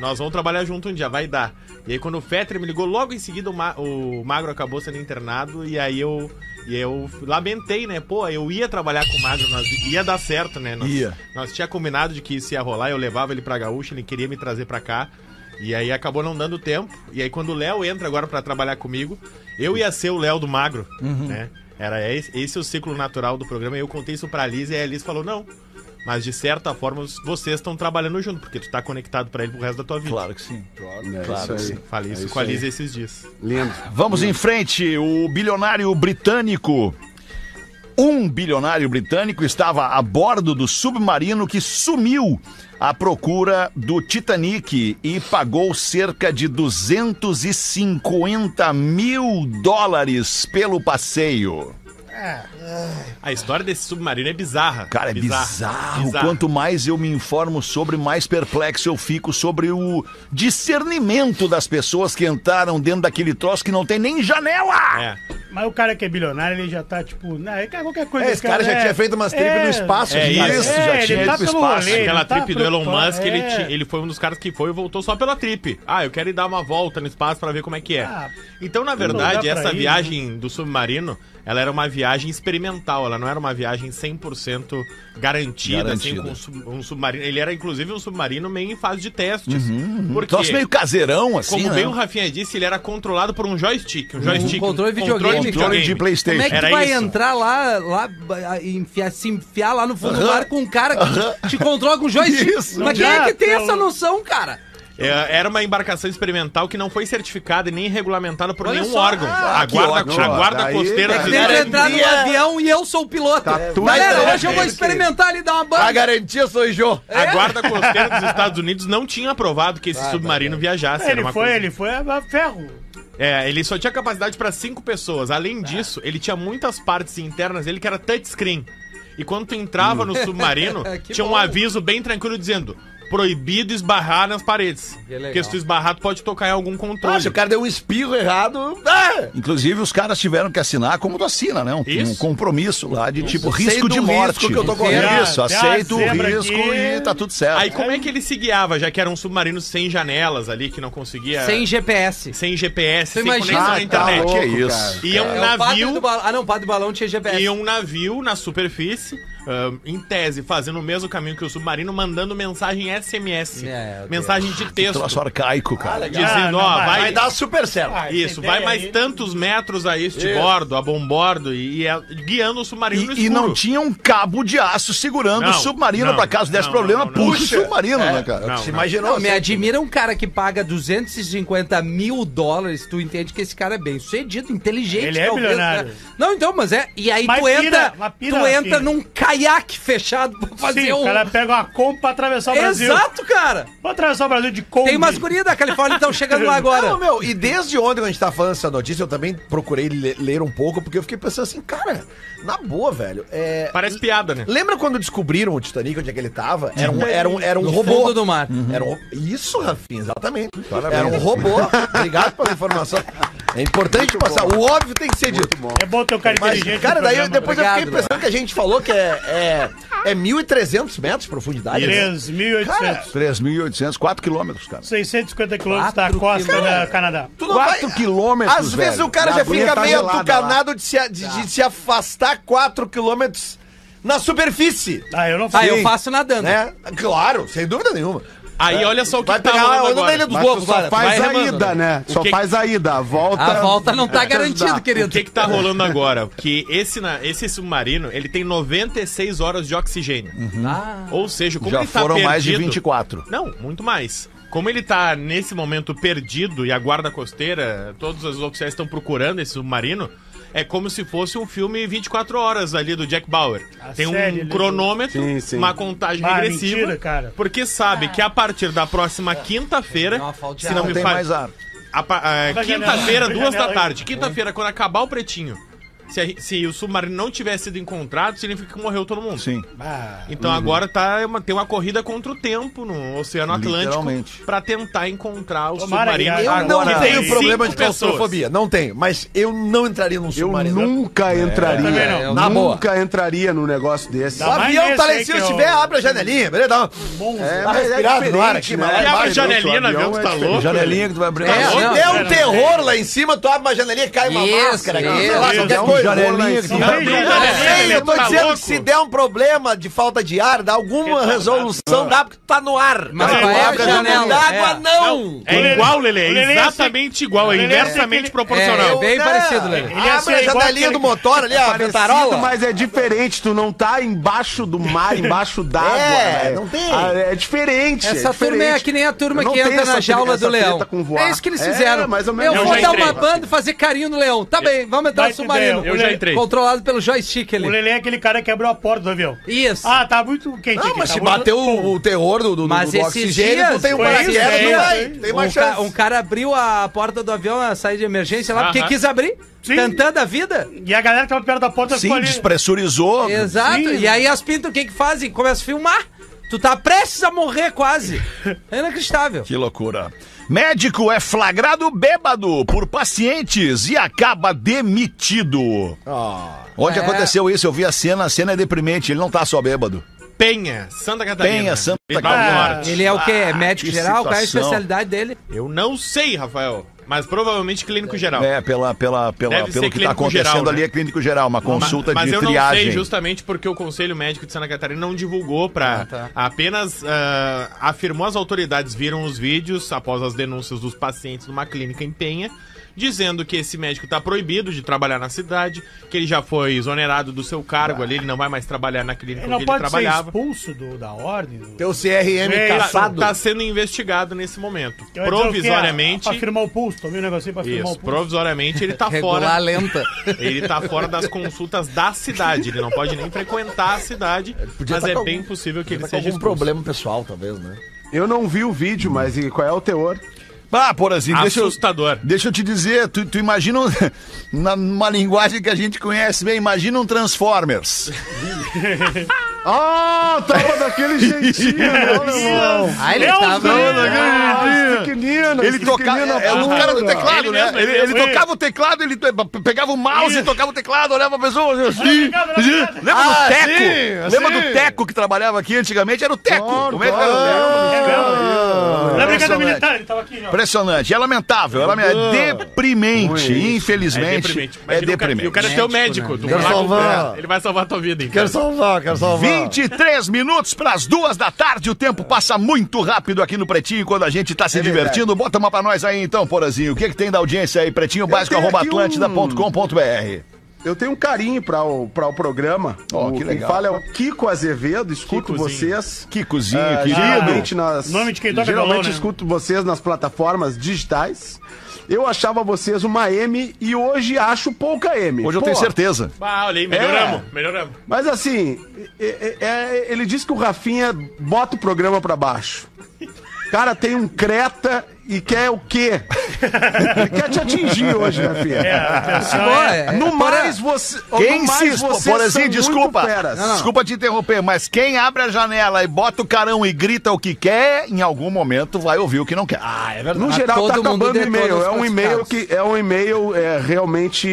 Nós vamos trabalhar junto um dia, vai dar. E aí quando o Fetter me ligou, logo em seguida o, Ma- o Magro acabou sendo internado e aí eu e eu lamentei, né? Pô, eu ia trabalhar com o Magro, nós ia dar certo, né? Nós,
Ia.
nós tinha combinado de que isso ia rolar, eu levava ele pra Gaúcha, ele queria me trazer pra cá. E aí acabou não dando tempo. E aí quando o Léo entra agora pra trabalhar comigo, eu ia ser o Léo do Magro, né? Era esse, esse é o ciclo natural do programa. E eu contei isso pra Liz e aí a Liz falou: "Não, mas de certa forma os- vocês estão trabalhando junto, porque tu tá conectado pra ele pro resto da tua vida.
Claro É que sim. Claro,
É, isso
que
aí.
sim.
Falei isso,
isso
com a
aí.
Liz esses dias.
Lindo.
Vamos em frente. O bilionário britânico. Um bilionário britânico estava a bordo do submarino que sumiu à procura do Titanic e pagou cerca de 250 mil dólares pelo passeio.
A história desse submarino é bizarra.
Cara, é
Bizarra.
bizarro.
Bizarra.
Quanto mais eu me informo sobre, mais perplexo eu fico sobre o discernimento das pessoas que entraram dentro daquele troço que não tem nem janela.
É.
Mas o cara que é bilionário, ele já tá, tipo, não, é qualquer coisa.
É, esse cara já
é-
tinha feito umas tribos
é-
no espaço.
é
já.
isso,
já tinha
ele
ido
tá
pro
pelo
espaço.
rolê, ele
Aquela
não tá
trip do Elon
preocupado,
Musk,
é.
ele, ti- ele foi um dos caras que foi e voltou só pela trip. Ah, eu quero ir dar uma volta no espaço pra ver como é que é.
Ah,
então, na
dá
verdade,
pra
essa
ir, né?
viagem do submarino, ela era uma viagem experimental, ela não era uma viagem 100% garantida, assim,
Garantida.
com um, sub- um submarino. Ele era, inclusive, um submarino meio em fase de testes. Porque,
Uhum, Troço meio caseirão, assim,
como
né?
bem o Rafinha disse, ele era controlado por um joystick. Um joystick.
controle de videogame.
Controle de Playstation.
Como é que
Era
tu vai
isso.
entrar lá, lá a- enfiar, se enfiar lá no fundo do mar com um cara que te controla com joystick?
Isso,
Mas quem é que tem
pelo-
essa noção, cara?
É, Era uma embarcação experimental que não foi certificada e nem regulamentada por
Olha
nenhum
só.
órgão. a
que
guarda,
ótimo,
a
ó.
guarda
Daí,
É
costeira
daí
dos
Dentro
Estados
entrar no
garantia.
avião e eu sou o piloto.
Tá tudo
Galera,
certo,
hoje eu vou
querido.
experimentar ali dar uma
A
banda.
garantia sou eu.
A guarda costeira dos Estados Unidos não tinha aprovado que esse submarino viajasse. era
Ele
é uma
foi,
coisa-
ele foi a a ferro.
É, ele só tinha capacidade pra cinco pessoas. Além
Tá.
disso, ele tinha muitas partes internas dele que era touchscreen. E quando tu entrava no submarino,
Hum. *laughs* Que
tinha um
bom.
aviso bem tranquilo dizendo: proibido esbarrar nas paredes.
legal.
Porque se tu esbarrar, tu pode tocar em algum controle.
Ah, se o cara deu um espirro errado. Ah,
Inclusive, os caras tiveram que assinar, como tu assina, né? Um,
Isso.
um compromisso lá de tipo
Aceito
risco de
o risco
morte.
que eu tô correndo.
Isso,
Ah,
aceito o
zebra
risco
aqui.
e tá tudo certo.
Aí como é que ele se guiava, já que era um submarino sem janelas ali, que não conseguia.
Sem GPS.
sem GPS, sem
imagina? Ah,
conexão na internet.
Ah, tá louco, que isso?
e é um
É o padre do
navio.
balão. Ah, não, o padre do balão tinha GPS.
E um navio na superfície, ahn, em tese, fazendo o mesmo caminho que o submarino, mandando mensagem SMS.
É, ok.
mensagem de
Que
texto.
Troço arcaico, cara.
Ah,
Dizendo,
não,
ó,
vai-
vai,
Vai dar super certo.
Ah, essa
isso,
ideia
vai mais
aí-
tantos metros a este bordo, a bom bordo, e, e a- guiando o submarino no
E,
escuro.
e não tinha um cabo de aço segurando
Não,
o submarino
não,
pra caso desse
não,
problema.
não, não.
Puxa o submarino, né, cara?
Não,
É. Se
não.
imaginou.
Não, me
assim.
admira um cara que paga 250 mil dólares, tu entende que esse cara é bem sucedido, inteligente.
Ele é bilionário.
né? Não, então, mas é. E aí
Mas
tu
pira,
entra,
mas pira,
tu entra
pira.
num caiaque fechado pra fazer
Sim,
um.
o cara pega uma Kombi pra atravessar o Brasil. Um
Exato, cara!
Pra atravessar o Brasil de Kombi.
Tem umas gurias da Califórnia que estão chegando lá
Não,
agora.
meu, e desde ontem quando a gente tá falando essa notícia, eu também procurei le- ler um pouco, porque eu fiquei pensando assim, cara, na boa, velho, é...
Parece piada, né?
Lembra quando descobriram o Titanic, onde é que ele tava? Era um, era um, era um robô.
fundo do mar.
Uhum. Era um, isso, Rafinha, exatamente. Era um robô. Obrigado pela informação. É importante passar. O óbvio tem que ser dito.
É bom ter um cara
Mas,
inteligente.
cara,
no
daí eu-
programa.
depois eu
Obrigado,
fiquei pensando que a gente falou que é, é, é 1.300 metros de profundidade. né?
3.800.
3.800, 4 quilômetros, cara.
650 quilômetros da
Quatro
costa
quilômetros.
do Canadá.
Tu não
4
vai-
quilômetros,
Às vezes
velho.
o cara
Na
já
aguinha
fica
tá
meio
gelada lá.
atucanado de se, a- de- de se afastar 4 km na superfície.
Ah, eu não
Ah,
falei.
eu faço nadando.
Né? Claro, sem dúvida nenhuma.
Aí olha só o que
Vai
tá
pegar a
rolando
onda da
agora.
Ilha dos
Mas tu
Lobos,
só
olha.
faz a
remando,
ida, né? Só
que-
faz a ida. A volta.
A volta não
É.
tá garantida,
O
querido.
que, que tá rolando agora? Que esse, na- esse submarino, ele tem 96 horas de oxigênio.
Ah.
Ou seja, como
Uhum. Já
ele tá
foram
perdido,
mais de 24.
Não, muito mais. Como ele tá nesse momento perdido e a guarda costeira, todos os oficiais estão procurando esse submarino, é como se fosse um filme 24 horas ali do Jack Bauer.
A
Tem um
série, né?
cronômetro,
Sim, sim.
uma contagem
Ah,
regressiva.
mentira, cara. Ah.
Porque sabe que a partir da próxima quinta-feira,
Dá uma falta é de
se
Tá.
não
ar.
me
Tem
falha,
mais ar.
a pa- a
Abre a
Quinta-feira,
janela, abre a
duas da
janela aí.
tarde. Quinta-feira, quando acabar o pretinho. Se, a- se o submarino não tivesse sido encontrado, significa que morreu todo mundo.
Sim.
Então agora tá uma- tem uma corrida contra o tempo no Oceano
Literalmente.
Atlântico pra tentar encontrar o
Tomara que
submarino.
haja
Agora
não
tem
tenho
cinco
problema de
pessoas.
claustrofobia. Não tem, mas eu não entraria num
Eu
submarino.
nunca entraria.
também não.
Eu
Na boa.
nunca entraria num negócio desse.
O
Dá- Mas
avião
esse
tá lá
aí
em cima,
que é
se
o-
tiver, abre a janelinha, beleza? Dá um- uma-
É, mas
respirado no ar
diferente,
aqui,
né?
mas
É
lá
Olha a
embaixo.
janelinha no avião, tu tá louco?
Janelinha que tu vai abrir.
Cara,
É,
se
não,
der
é,
um
não.
terror lá em cima, tu abre uma janelinha e cai uma
Isso,
máscara. aqui, sei
isso,
lá,
isso.
qualquer
É um
coisa.
janelinha que tu
Não é
vai
tem
abrir.
Eu sei,
janelinha,
eu tô
tá
dizendo
louco?
que se der um problema de falta de ar, dá
tá
alguma resolução, dá porque tu tá no ar.
Mas
Não,
qual é a
abre
janela?
Não dá água,
É.
não.
É igual, Lele, é
Lele,
exatamente igual, é
Lele, esse
inversamente
aquele-
proporcional.
É, bem parecido, Lele.
Ele ia ser
Abre a
igual
janelinha
aquele-
do motor
*laughs*
ali, a
Parecido,
ventarola.
mas é diferente. Tu não tá embaixo do
*laughs*
mar, embaixo d'água.
É,
velho.
não tem.
Ah, É diferente.
Essa turma é
diferente.
que nem a turma
Eu não
que
tenho
entra
essa
na
tre-
jaula
essa
do leão.
treta com voar.
É isso que eles
É,
fizeram.
mais ou menos.
Eu,
Eu
vou
já
dar
entrei.
uma banda e fazer carinho no leão. Tá bem, vamos entrar
Vai
no
ter
submarino.
ideia,
Eu já entrei.
Controlado pelo joystick
O
ali.
Lelê é aquele cara que abriu a porta do avião.
Isso.
Ah, tá muito quente
Não,
aqui,
mas
tá
se
muito-
bater o, o terror do, do,
Mas
do
esses
oxigênio, tu
dias-
tem um
Foi isso,
paraquedas,
é
não vai.
isso.
Tem
Um,
uma
ca-
chance.
um cara abriu a porta do avião, a saída de emergência lá, porque
Aham.
quis abrir,
Sim.
tentando a vida.
E a galera que tava perto da porta
Sim, despressurizou.
Exato.
Sim.
E aí as pintas, o que que fazem? Começa a filmar. Tu tá prestes a morrer quase. É inacreditável.
Que loucura. Médico é flagrado bêbado por pacientes e acaba demitido. Onde
É.
aconteceu isso? Eu vi a cena, a cena é deprimente. Ele não tá só bêbado.
Penha, Santa Catarina.
Penha, Santa
Litoral
Catarina.
Norte.
Ele é o quê? É médico
que
geral? Qual é a
situação.
especialidade dele?
Eu não sei, Rafael, mas provavelmente clínico geral.
É, pela, pela, pela,
Deve ser
pelo que tá
clínico
acontecendo
geral,
ali
né?
é clínico geral, uma consulta
mas
de
eu
triagem.
não sei justamente porque o Conselho Médico de Santa Catarina não divulgou para
Ah, tá.
apenas ah, afirmou as autoridades viram os vídeos após as denúncias dos pacientes numa clínica em Penha dizendo que esse médico está proibido de trabalhar na cidade, que ele já foi exonerado do seu cargo
Ah.
ali, ele não vai mais trabalhar na clínica
Ele
onde
não
ele
pode ser
trabalhava.
expulso do- da ordem. do-
Teu CRM
É isso.
caçado.
Está tá sendo investigado nesse momento.
Eu ia dizer o quê?
Provisoriamente.
Pra firmar o pulso, tomei um negocinho pra firmar
Isso,
o pulso.
provisoriamente ele
*laughs*
tá
Regular
fora.
lenta.
Ele tá fora das consultas da cidade. Ele não pode nem frequentar a cidade.
podia
mas
tá
é
com
bem
algum-
possível que
Tá
ele
com
seja
algum
expulso.
problema pessoal, talvez, né?
Eu não vi o vídeo, mas e qual é o teor?
Ah, Porazinho, deixa eu,
Assustador.
deixa eu te dizer, tu, tu imagina um- *laughs* na, numa linguagem que a gente conhece bem, imagina um Transformers.
Ah,
*laughs*
tava daquele jeitinho, né, meu irmão?
Aí ele
Deus
tava.
Deus.
Ah, os pequeninos,
Ele
os
tocava.
pequeninos,
É,
um-
o cara do
pura.
teclado,
Ele
né?
mesmo,
ele
ele
ele
mesmo.
tocava o teclado, ele te- pegava o mouse,
Isso.
tocava o teclado, olhava a pessoa assim.
Obrigado,
assim.
obrigado.
Lembra
Ah,
do Teco?
sim,
Lembra
sim.
do Teco que trabalhava aqui antigamente? Era o Teco.
Claro,
Como é que era o
claro,
Teco?
É mesmo? Não é brigada
Impressionante.
militar, ele tava aqui já.
Impressionante, é lamentável, é, lame- é deprimente, infelizmente. É deprimente. né?
Mas ele- O cara, e o cara é teu médico. Tu
Quero
vai lá
salvar.
com- Ele vai salvar a tua vida, então.
Quero salvar, quero salvar.
23 minutos para as duas da tarde. O tempo passa muito rápido aqui no Pretinho quando a gente está se divertindo. Bota uma para nós aí então, Porazinho. O que, que tem da audiência aí? Pretinho básico,
tenho
arroba
aqui um-
atlântida.com.br.
Eu tenho um carinho para o, pra o programa.
Ó,
o,
que legal.
Quem fala é o Kiko Azevedo, escuto
Kikozinho.
vocês.
Kikozinho,
Ah,
querido.
Geralmente nas,
Nome de quem toca
geralmente
violão, né?
escuto vocês nas plataformas digitais. Eu achava vocês uma M e hoje acho pouca M.
Hoje eu
Pô,
tenho certeza.
Ah, olha aí,
É.
melhoramos, melhoramos.
Mas assim, é- é- é- ele diz que o Rafinha bota o programa pra baixo. Cara, tem um creta e quer o quê? Ele quer te atingir hoje, Rafinha.
É, atenção,
Pô,
é.
é-
No mais, você.
Quem
no
se
mais
expõe,
vocês são
Porazinho,
muito Ah.
desculpa.
feras.
Desculpa te interromper, mas quem abre a janela e bota o carão e grita o que quer, em algum momento vai ouvir o que não quer.
Ah, é verdade.
No
A
geral, tá
todo mundo
acabando o
detona
e-mail.
os
É um e-mail
classificados.
que é um e-mail é, realmente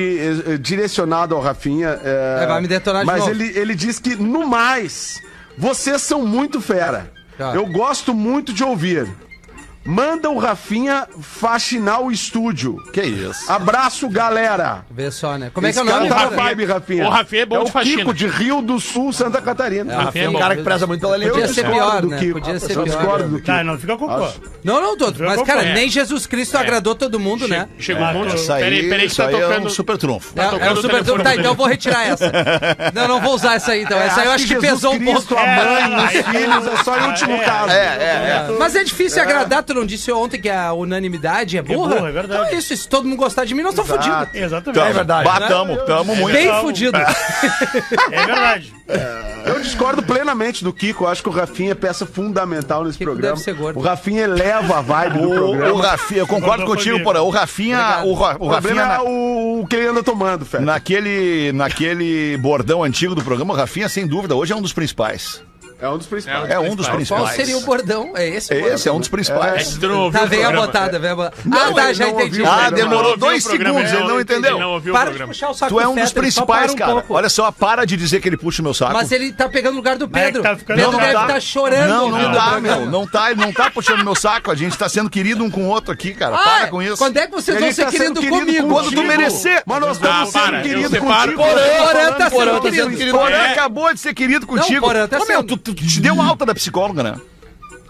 é, é, direcionado ao Rafinha. é,
É, vai me detonar de
Mas
novo.
ele, ele diz que, no mais, vocês são muito fera.
Tá.
Eu gosto muito de ouvir. Manda o Rafinha faxinar o estúdio.
Que isso?
Abraço, galera.
Vê só, né? Como é que é o
Esse
nome?
cara tá
cara?
na vibe, Rafinha.
O Rafinha é bom
o
de faxina.
Kiko de Rio do Sul, Santa Catarina.
Ah,
Rafinha é
um
bom.
cara que preza muito pela
Podia
leitura.
ser
discordo
pior,
do
né?
Kiko.
Podia ser
Eu discordo
pior.
do
Tá,
Kiko.
não fica com culpa.
Não, não, Toto. Mas, cara,
É.
nem Jesus Cristo agradou todo mundo, né?
Chegou um
Ah,
monte.
tô-
Isso aí,
Peraí, peraí, que
isso
tá
aí é
tocando.
um super trunfo.
É, é
tocando
o
o
super
telefone
Tá,
dele.
então eu vou retirar essa. Não, não vou usar essa aí, então. Essa aí eu acho que
É, Assim, Jesus
pesou um pouco.
Cristo, a mãe,
É,
os filhos, é só em último
é,
caso.
É, é, é.
Mas é difícil agradar Potter não disse ontem que a unanimidade é burra?
burra, é verdade.
Então é isso, se todo mundo gostar de mim, nós estamos fodidos.
Exatamente.
Tamo,
É verdade.
Batamos, tamo muito.
Bem
Então-
fudido.
É verdade.
Eu discordo plenamente do Kiko. Eu acho que o Rafinha é peça fundamental nesse
Kiko
programa.
deve ser gordo.
O Rafinha eleva a vibe do
O, o
programa.
Rafinha, eu concordo
Gordofobia.
contigo, porra. O Rafinha, o, Ra- o
O
Rafinha
problema
na-
é o, o que ele anda tomando, Fé.
naquele, naquele bordão antigo do programa, o Rafinha, sem dúvida, hoje é um dos principais.
É um dos principais.
É um dos
Qual
principais.
seria o bordão? É esse? o bordão?
Esse é um dos
É
principais.
que tu não ouviu
Tá,
o
veio a
programa.
botada, veio a botada. Ah, tá,
ele
já
não
entendi.
ouviu.
Ah,
Não,
Não
demorou
ouviu
dois
o programa,
segundos, ele não
entendi,
entendeu.
Não ouviu o
Para de
programa.
puxar o saco
Tu é
do
um dos
Fetter, só para
principais,
um
cara.
pouco.
Olha só, para de dizer que ele puxa o meu saco.
Mas ele tá pegando o lugar do
Mas é que
Pedro.
tá ficando
Pedro
Não,
deve estar
dá.
tá chorando.
Não,
ouvindo
não
o
dá,
programa.
meu. Não tá, ele não tá puxando meu saco. A gente tá sendo querido um com o outro aqui, cara.
Ah,
Para com isso.
Quando é que vocês
Ele
vão ser
tá
querido,
sendo querido
comigo?
contigo.
Quando tu merecer.
Mas nós
Ah,
estamos sendo
para, eu
queridos
separo.
contigo.
Porã,
Porã tá
Porã tá
sendo
sendo
querido.
querido. Porã
É.
acabou de ser querido contigo.
Porã tá
Ô, meu,
sendo.
tu, tu te deu alta da psicóloga, né?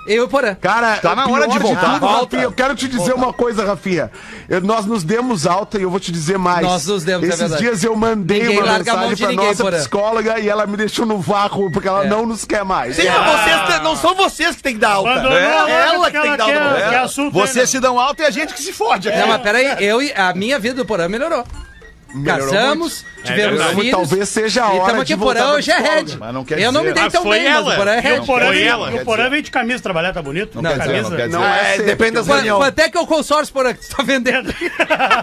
Eu e o Porã.
Cara,
Tá na
pior
hora de voltar.
tudo,
Volta.
Rafinha, eu quero te dizer uma coisa, Rafinha. Eu- nós nos demos alta e eu vou te dizer mais.
Nós nos demos, é
Esses
verdade.
dias eu mandei
Ninguém
uma
larga a mão
mensagem
de
pra
ninguém,
nossa
Porã. É.
psicóloga e ela me deixou no vácuo porque ela não nos quer mais.
Sim, mas vocês te- não são vocês que tem que dar alta.
Ah. Abandonou
é
a hora
ela
que
que tem que
ela
dar
quer.
alta.
É. Que assunto,
Você
hein,
se dão alta e a gente que se fode aqui.
Não, né? É, mas peraí, eu e a minha vida do Porã melhorou. Casamos, tivemos
verdade.
filhos.
Talvez seja a
E
hora
estamos aqui,
de
o
voltar
Porã
pra
hoje é
psicóloga.
head.
Mas não quer
Eu não me
dizer.
dei
Mas
tão
foi
bem, mas
ela.
o Porã é
E o
head.
Porã,
Foi
vem,
ela.
e o Porã vem de camisa trabalhar, tá bonito? Não,
quer dizer, não quer
Não é,
É,
sempre.
depende das
Qu-
reuniões.
Quanto é que é o consórcio, Porã, que tu tá vendendo?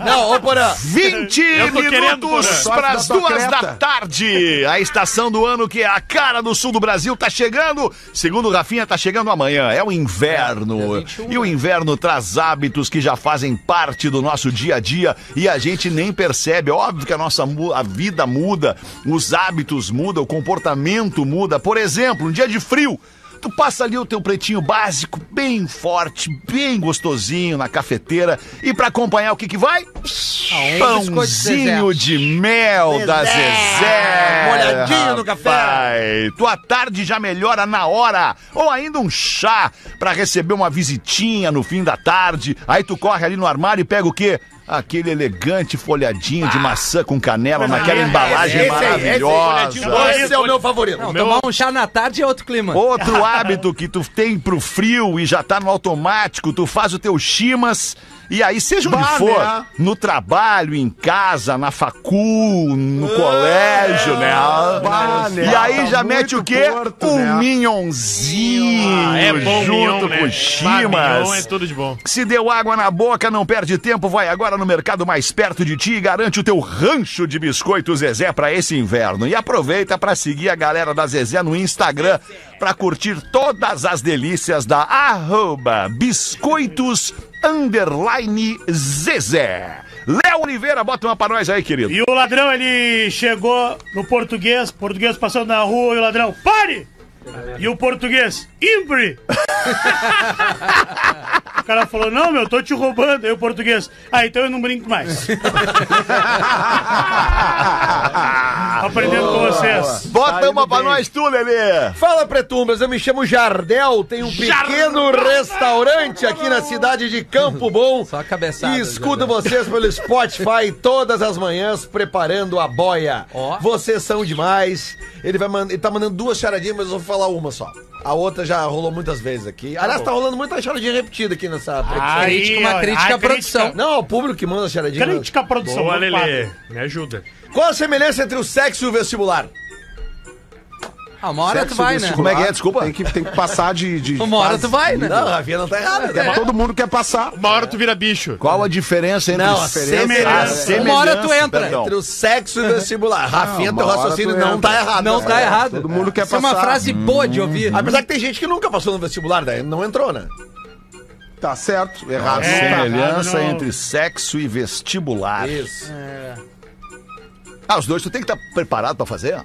Não, ô Porã.
20
Eu tô querendo, né?
minutos
Porã.
para as
Sorte da tua
duas
creta.
da tarde. A estação do ano que é a cara do sul do Brasil tá chegando. Segundo o Rafinha, tá chegando amanhã. É o inverno. E o inverno traz hábitos que já fazem parte do nosso dia a dia e a gente nem percebe. Óbvio que a nossa mu- a vida muda, os hábitos mudam, o comportamento muda. Por exemplo, um dia de frio. Tu passa ali o teu pretinho básico, bem forte, bem gostosinho na cafeteira. E pra acompanhar o que que vai?
biscoito
Pãozinho de mel da Zezé.
Molhadinho no café.
rapaz. Tua tarde já melhora na hora. Ou ainda um chá pra receber uma visitinha no fim da tarde. Aí tu corre ali no armário e pega o quê? Aquele elegante folhadinho de maçã com canela naquela embalagem
Esse aí, esse aí,
maravilhosa.
Esse é o meu favorito.
Não, tomar um chá na tarde é outro clima.
Outro hábito que tu tem pro frio e já tá no automático, tu faz o teu chimas e aí, seja onde
Bah,
for,
né?
no trabalho, em casa, na facul, no colégio, né?
Ah, bah, né?
E aí
Tá
já
muito
mete o quê?
torto,
um
né?
minhonzinho
Ah, é bom
junto
mignon,
com o
né? Bah, mignon é
chimas.
tudo de bom.
Se deu água na boca, não perde tempo, vai agora no mercado mais perto de ti e garante o teu rancho de biscoitos Zezé para esse inverno. E aproveita para seguir a galera da Zezé no Instagram para curtir todas as delícias da arroba biscoitos underline Zezé. Léo Oliveira, bota uma pra nós aí, querido.
E o ladrão, ele chegou no português, português passando na rua e o ladrão, pare! E o português, impre! *laughs* o cara falou, não, meu, tô te roubando. Aí o português, ah, então eu não brinco mais.
*laughs*
Aprendendo com vocês.
Bota uma pra nós tu, Lelê.
Fala, Pretumbras, eu me chamo Jardel, tenho um pequeno restaurante aqui na cidade de Campo Bom.
Só a cabeçada,
E escuto
Jardel.
vocês pelo Spotify todas as manhãs preparando a boia.
Ó.
Vocês são demais. Ele vai mandar, ele tá mandando duas charadinhas, mas eu vou falar uma só. A outra já rolou muitas vezes aqui. Aliás, tá rolando muita charadinha repetida aqui nessa.
Crítica, uma
ó,
crítica
a
à produção.
Não, é o público que manda charadinha.
Crítica à produção.
Boa,
não
Lelê.
paga.
Me ajuda.
Qual a semelhança entre o sexo e o vestibular?
Ah, uma hora tu vai, né?
Como é que é? Desculpa.
Tem que, tem que passar de. de
Uma hora tu vai, né?
Não, a Rafinha não tá errada. né?
Todo mundo quer passar.
Uma hora tu vira bicho.
Qual a diferença entre
Não, a
a
semelhança.
semelhança,
Uma hora tu entra.
perdão.
Entre o sexo e o vestibular. Rafinha,
uma
teu
hora
raciocínio
tu
não
entra.
tá errado.
Não
né?
tá errado.
Todo mundo quer
Isso é uma
passar.
frase boa de ouvir.
Apesar que tem gente que nunca passou no vestibular, daí não entrou, né?
Tá certo, errado.
A
É,
semelhança
errado não.
entre sexo e vestibular.
Isso.
Ah, os dois tu tem que estar preparado pra fazer?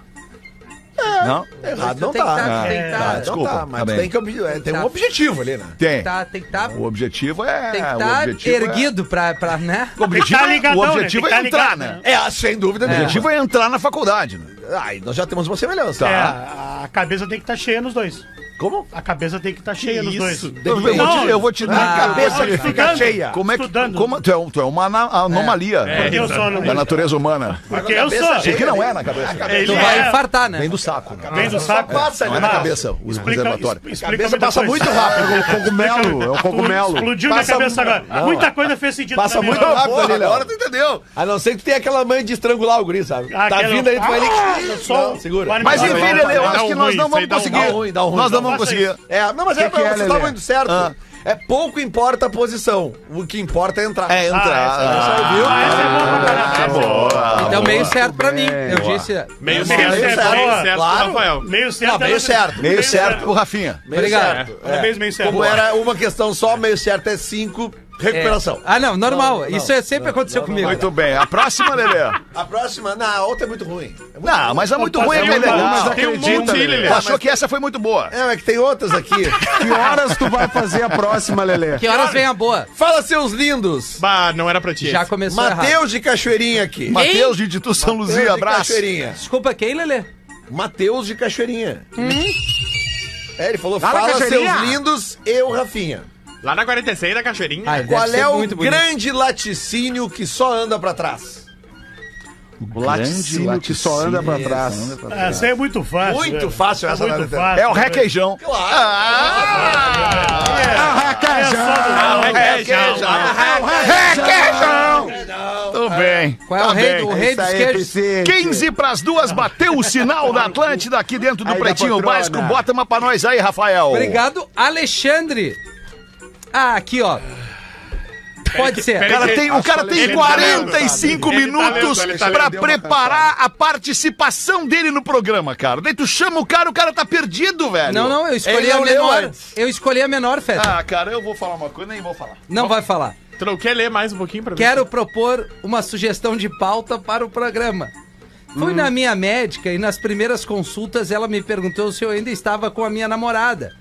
Não?
Errado não
tem que
tá.
tá,
né?
tem que
É,
tá.
não
Desculpa,
tá,
tá
mas
bem.
tem, que, obje- é, tem
Tá.
um objetivo ali, né?
Tem.
Tá, tem que tá,
O
tem
objetivo é.
que
o
tá
objetivo é-
erguido pra, pra, né?
O objetivo,
Tem que tá
é-
ligadão,
o
né?
objetivo
Tem que
é
tá
entrar,
ligado,
né?
né?
É, sem dúvida
O
nenhuma.
objetivo é entrar na faculdade, né?
Ah, Aí nós já temos uma semelhança.
É,
Tá.
a cabeça tem que estar cheia nos dois.
Como?
A cabeça tem que estar cheia dos dois.
Eu, eu vou te, eu vou
Ah,
te dar
Tá
a cabeça
olha,
de ficar
estudando,
cheia. Como é que.
estudando.
Como, tu, é, um- tu é uma ana- anomalia
É,
Porque eu sou
da
anomalia.
natureza humana.
Porque eu sou.
O que não é na cabeça.
Ele
Tu
é-
vai infartar, né?
Vem do saco. né?
Vem do saco.
passa
Não é
ali
na
mas-
cabeça, o reservatório.
explica- explica
Cabeça
muita
passa
coisa.
muito rápido.
É o cogumelo, é o cogumelo.
Explodiu minha
Passa
cabeça
mu-
agora.
Não,
Muita coisa fez sentido
Passa
na minha
muito
hora.
rápido
Porra,
ali, Léo.
agora tu entendeu.
A não ser que tu tenha aquela mãe de estrangular o guri, sabe?
Ah,
tá
aquela-
vindo aí, tu vai ali.
Ah, eu sou
Não, segura. né,
o
Mas
Não,
enfim,
não,
Lele, eu
não,
acho
não,
que nós
ruim,
não
isso aí
vamos
dá um
conseguir.
ruim, dá um ruim.
Nós não
Não
vamos
faça
conseguir.
É, não, mas
Que
é,
que é,
você tá
Lelê?
muito certo.
Ah.
É pouco importa a posição. O que importa é entrar.
É entrar.
Você viu? Ah,
Ah, essa é boa pra caralho. Essa é boa.
Então, meio certo pra mim. Eu disse.
Meio
Meio certo, meio
certo, boa.
certo,
Claro.
Rafael.
Meio certo.
meio
ela-
certo,
Meio certo pro Rafinha.
Meio
Obrigado.
certo.
Parabéns, meio certo.
Como era uma questão só, meio certo é cinco, recuperação.
Ah, não, normal.
Não, não,
Isso é- sempre aconteceu comigo.
Muito bem. A próxima, Lelê.
A próxima, não, a outra é muito ruim. É muito
Não, mas é muito ruim, é
Tem um monte,
legal.
tem um monte,
Tu
Lelê.
achou que essa foi muito boa.
Não, é que tem outras aqui.
Que horas tu vai fazer a próxima, Lelê?
Que horas vem a boa?
Fala, seus lindos.
Bah, não era pra ti.
Já
esse.
começou errado.
Mateus de Cachoeirinha aqui.
Matheus de Itu São
Mateus
Luzia,
de
abraço.
Cachoeirinha.
Desculpa quem, Lelê?
Mateus de Cachoeirinha. É, ele falou,
Lá na
fala, seus
Cachoeirinha.
lindos, eu, Rafinha.
Lá na 46 da Cachoeirinha.
Ai, Ah, deve
Qual
ser
é o
muito bonito.
grande laticínio que só anda pra trás?
O laticínio que só anda pra trás.
Essa é muito fácil.
Muito
velho.
fácil essa,
Muito
né, Lelê?
fácil.
É o requeijão.
Ah!
É.
Requeijão.
é,
É,
Ah, Requeijão! Tudo bem.
Qual é o
tá
rei,
bem.
do- o rei dos queijos?
15 pras duas, bateu o sinal da Atlântida aqui dentro do
Aí da
Pretinho
patrona.
Básico. Bota uma pra nós aí, Rafael.
né? Obrigado, Alexandre. Ah, aqui, ó. Pode ser.
O cara tem, o cara tem
Ele tá
45
lendo, ele tá
minutos
lendo, ele tá
pra
lendo,
preparar a participação dele no programa, cara. Daí tu chama o cara, o cara tá perdido, velho.
Não, não, eu escolhi
Ele
a
não leu
menor.
antes.
Eu escolhi a menor, Fede.
Ah, cara, eu vou falar uma coisa, nem vou falar.
Não vai falar.
Tu não quer ler mais um pouquinho pra mim?
Quero propor uma sugestão de pauta para o programa.
Hum.
Fui na minha médica e nas primeiras consultas ela me perguntou se eu ainda estava com a minha namorada.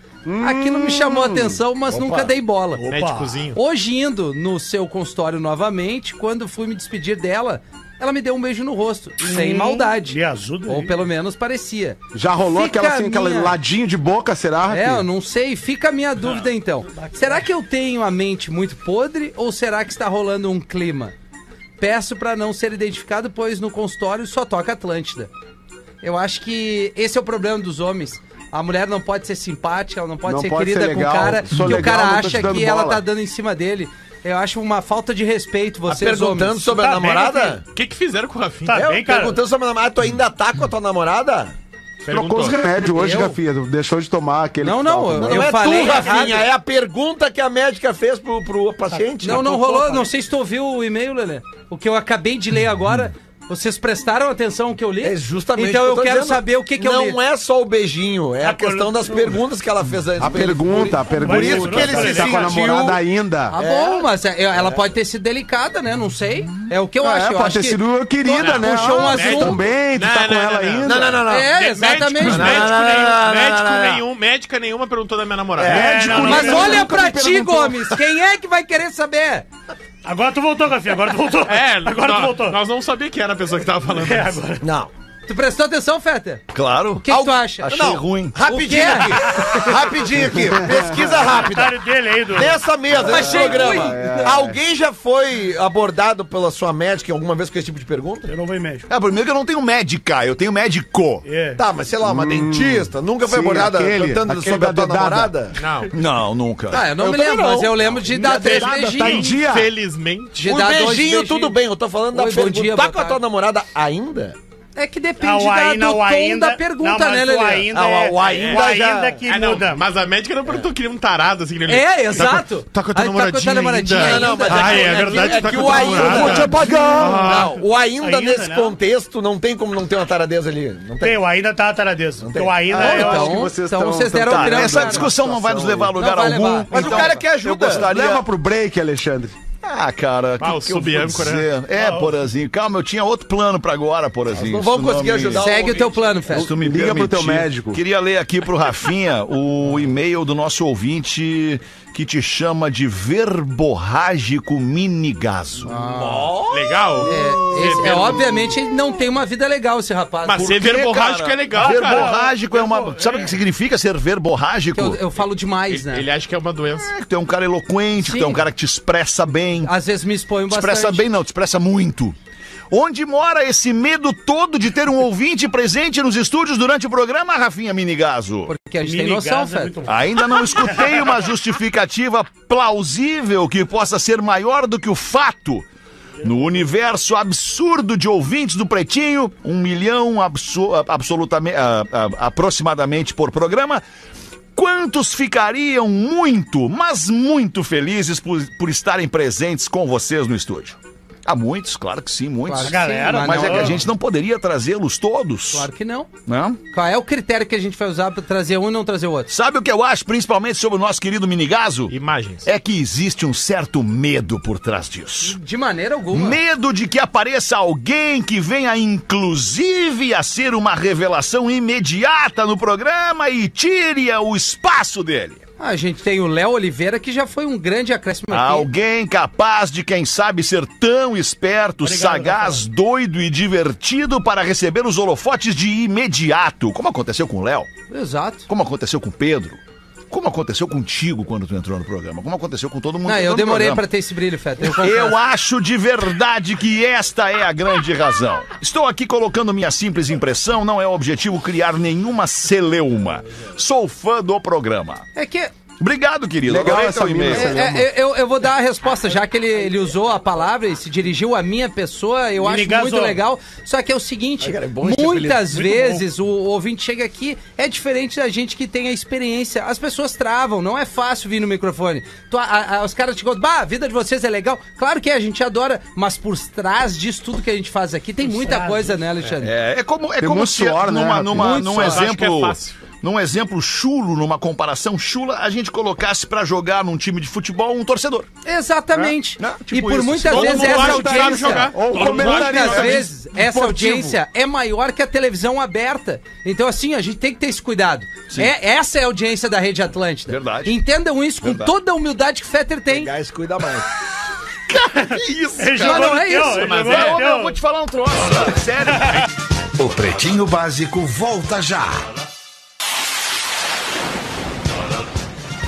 Aquilo me chamou a
Hum.
atenção, mas nunca dei bola.
Médicozinho.
Hoje, indo no seu consultório novamente, quando fui me despedir dela, ela me deu um beijo no rosto, sem maldade.
Me ajuda
Ou
aí.
pelo menos parecia.
Já rolou
Fica
aquela, assim,
a
aquela
minha-
ladinho de boca, será? Rafi?
É, eu não sei. Fica a minha dúvida então. Será que eu tenho a mente muito podre ou será que está rolando um clima? Peço para não ser identificado, pois no consultório só toca Atlântida. Eu acho que esse é o problema dos homens. A mulher não pode ser simpática, ela não pode
Não
ser
pode ser
querida com o
legal.
cara,
Sou
que o
legal, não
cara
tô
acha
te
que
dando
ela
bola.
tá dando em cima dele. Eu acho uma falta de respeito
Tá
vocês
perguntando
homens.
sobre a
Tá bem,
namorada?
O que que fizeram com o Rafinha?
Tá
É,
bem, cara.
Perguntando sobre a namorada, tu ainda tá com a tua namorada?
Trocou Tá, os remédios hoje,
Eu?
Rafinha. tu Deixou de tomar aquele.
Não,
que né?
não,
tava
eu-
tomando.
Não
eu-
é
falei
tu, Rafinha,
errado.
é a pergunta que a médica fez pro, pro paciente. Tá
Não, não rolou. Não sei se tu ouviu o e-mail, Lelê. O que eu acabei de ler agora. Vocês prestaram atenção ao que eu li?
É justamente
Então
o
eu
tô
quero
dizendo.
saber o que, que eu li.
Não é só o beijinho, é a
Ah, por-
questão das perguntas que ela fez antes.
A pergunta, a pergunta.
Por isso que ele se
tá com a
sentiu-
namorada ainda.
Tá bom, mas é- ela pode ter sido delicada, né? Não sei. É o que eu
É,
acho. Eu
pode
acho
ter
que-
sido querida,
Não,
né?
puxou um
tu
assunto.
também, tu
Não,
tá com
não,
ela
não, não.
ainda.
Não, não, não, não.
É,
De-
exatamente.
Médico,
Não,
médico
não, não,
nenhum,
não, não,
médico
não, não.
nenhum, médica nenhuma perguntou da minha namorada.
É,
tipo,
não,
Mas
não,
olha
não.
pra ti, Gomes. Quem é que vai querer saber?
Agora tu voltou, Rafinha. Agora tu voltou.
É,
agora tu
nó-
voltou.
Nós não sabia quem era a pessoa que tava falando.
É, agora.
Não.
Tu prestou atenção, Feta?
Claro.
O que, que tu acha?
Achei
Não.
ruim.
Rapidinho
O
aqui.
quê?
Rapidinho
*laughs*
aqui. Pesquisa
O
rápida.
comentário dele aí, do...
Nessa mesa, nesse
Achei
programa,
ruim.
alguém já foi abordado pela sua médica alguma vez com esse tipo de pergunta?
Eu não vou em médico.
É, primeiro que eu não tenho médica, eu tenho médico.
É.
Tá, mas sei lá, uma dentista, nunca foi
Sim,
abordada
aquele,
perguntando
aquele
sobre a
da
tua
dedada.
namorada?
Não.
Não, nunca.
Ah, eu não
Eu
me
também
lembro,
não.
mas eu lembro de dar três
beijada, tá em
beijinhos.
dia.
Infelizmente.
De
Um
dar dois
beijinho,
beijinhos.
tudo bem. Eu tô falando da
Oi, bom
pergunta.
dia,
tá
boa
com a tua
tarde.
namorada ainda?
É que
Ah,
depende
o
da-
ainda,
do
o
tom
ainda.
da pergunta,
Não, mas
né,
o
Lelê?
ainda,
Ah,
é-
o ainda
o ainda
já-
que
Ah, não,
muda.
mas a médica não perguntou que ele é um tarado, assim. que Ele...
É, exato.
Tá com a
Ah,
tua namoradinha ainda.
ainda.
Não, não, mas é que-
Ah, é,
é que-
verdade.
é
tá
que
com
o
a tua
ainda-
namorada.
Vou te
Ah,
Não, o ainda,
Ainda
nesse
não.
contexto não tem como não ter uma taradeza ali. Não tem.
Tem, o ainda tá a taradeza. Porque
tem.
o ainda
Ah,
é...
eu acho
então,
que vocês
então
tão-
vocês
tão-
deram né?
tá,
a opinião
Essa
clara.
discussão não vai nos levar a lugar
então,
Não vai
algum.
levar.
Mas o cara quer ajuda.
Eu gostaria...
Leva pro break, Alexandre.
Ah, cara,
Ah, o
que, que eu vou
sub-âncora,
dizer? É, Porazinho, calma, eu tinha outro plano pra agora, Porazinho.
Não vamos
se não
conseguir
me-
ajudar
Segue o teu plano,
se
Festa.
tu me
Liga pro teu
permitir,
médico.
Queria ler aqui pro Rafinha o e-mail do nosso ouvinte que te chama de verborrágico minigaso.
Legal?
É, esse- é,
verbo-
obviamente ele não tem uma vida legal esse rapaz.
Mas ser
quê,
verborrágico
cara?
é legal, cara.
verborrágico é uma. Sabe o que significa ser verborrágico?
Eu, eu falo demais,
Ele,
né?
ele acha que é uma doença.
É que tu é um cara eloquente, que tu é um
Sim.
cara que te expressa bem.
Às vezes me exponho
Te
bastante.
é expressa bem, não, te expressa muito. Onde mora esse medo todo de ter um ouvinte presente nos estúdios durante o programa, Rafinha Minigaso?
Porque a gente tem
Mini
noção,
gás é
Festa.
muito bom.
Ainda não escutei uma justificativa plausível que possa ser maior do que o fato. No universo absurdo de ouvintes do Pretinho, um milhão abso- absolutamente, ah, ah, aproximadamente por programa, quantos ficariam muito, mas muito felizes por, por estarem presentes com vocês no estúdio? Há muitos, claro que sim, muitos.
Claro que
Galera,
sim,
mas é
não.
que a gente não poderia trazê-los todos,
Claro que não.
né?
Qual é o critério que a gente vai usar pra trazer um e não trazer o outro?
Sabe o que eu acho, principalmente sobre o nosso querido Minigaso?
Imagens.
é que existe um certo medo por trás disso.
De maneira alguma.
Medo de que apareça alguém que venha, inclusive, a ser uma revelação imediata no programa e tire o espaço dele.
Ah, A gente tem o Léo Oliveira, que já foi um grande acréscimo
Ah,
aqui.
Alguém capaz de, quem sabe, ser tão esperto, sagaz, doido e divertido para receber os holofotes de imediato, como aconteceu com o Léo.
Exato.
Como aconteceu com o Pedro? Como aconteceu contigo quando tu entrou no programa? Como aconteceu com todo mundo
Não,
que
Ah, eu
entrou no
demorei
programa?
pra ter esse brilho, Feta. Eu, confesso.
Eu acho de verdade que esta é a grande razão. Estou aqui colocando minha simples impressão, não é objetivo criar nenhuma celeuma. Sou fã do programa.
É que. é-
Obrigado, querido.
Legal
Adorei
essa
teu e-mail.
mina,
é- é- eu, eu vou dar a resposta, já que ele, ele usou a palavra e se dirigiu à minha pessoa, eu acho
Minigasou.
muito legal. Só que é o seguinte:
Ai, cara, é bom encher
muitas
Muito
vezes o, o ouvinte chega aqui, é diferente da gente que tem a experiência. As pessoas travam, não é fácil vir no microfone. Tu- a- a- os caras te contam, bah, a vida de vocês é legal. Claro que é, a gente adora, mas por trás disso tudo que a gente faz aqui tem muita coisa, né, Alexandre?
É, é como, é
Tem
como
muito
se
suor, né,
numa,
Rafinha?
numa,
Muito
num
suor. Acho que é
exemplo.
fácil.
num exemplo chulo, numa comparação chula, a gente colocasse pra jogar num time de futebol um torcedor.
Exatamente.
Né?
e
Tipo
por
isso,
muitas
Todo
vezes
mundo
essa
acha que sabe jogar.
audiência.
Ou
Todo mundo acha que
comentarista.
Muitas
sabe.
vezes essa audiência é maior que a televisão aberta. Então, assim, a gente tem que ter esse cuidado. É, essa é a audiência da Rede Atlântida.
Verdade.
Entendam isso com toda a humildade que o Fetter tem.
Gás cuida mais.
Ele
Não,
jogou
não
no
é
teu,
isso,
ele
mas
jogou no
é,
teu.
Ô, meu, eu vou te falar um troço, cara, sério.
O Pretinho Básico volta já.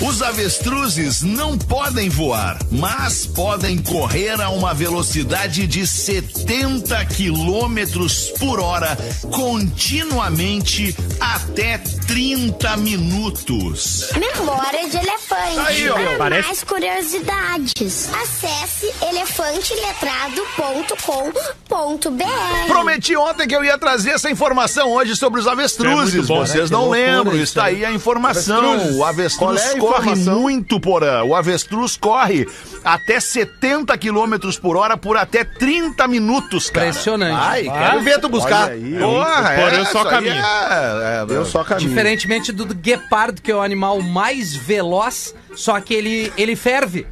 Os avestruzes não podem voar, mas podem correr a uma velocidade de 70 quilômetros por hora continuamente até 30 minutos.
Memória de elefante.
Aí, ó,
Para
parece-
mais curiosidades, acesse elefanteletrado.com.br.
Prometi ontem que eu ia trazer essa informação hoje sobre os avestruzes.
É muito bom,
né?
Vocês não lembram, está aí a informação. O avestruz
Qual é a
corre
informação?
muito por hora. O avestruz corre até 70 km por hora por até 30 minutos, cara.
Impressionante.
Ai,
Quero ver tu buscar.
Olha aí,
Porra,
Porém, eu
isso
só
aí
caminho.
é- é-
eu só caminho.
Diferentemente do guepardo, que é o animal mais veloz, só que ele, ele ferve.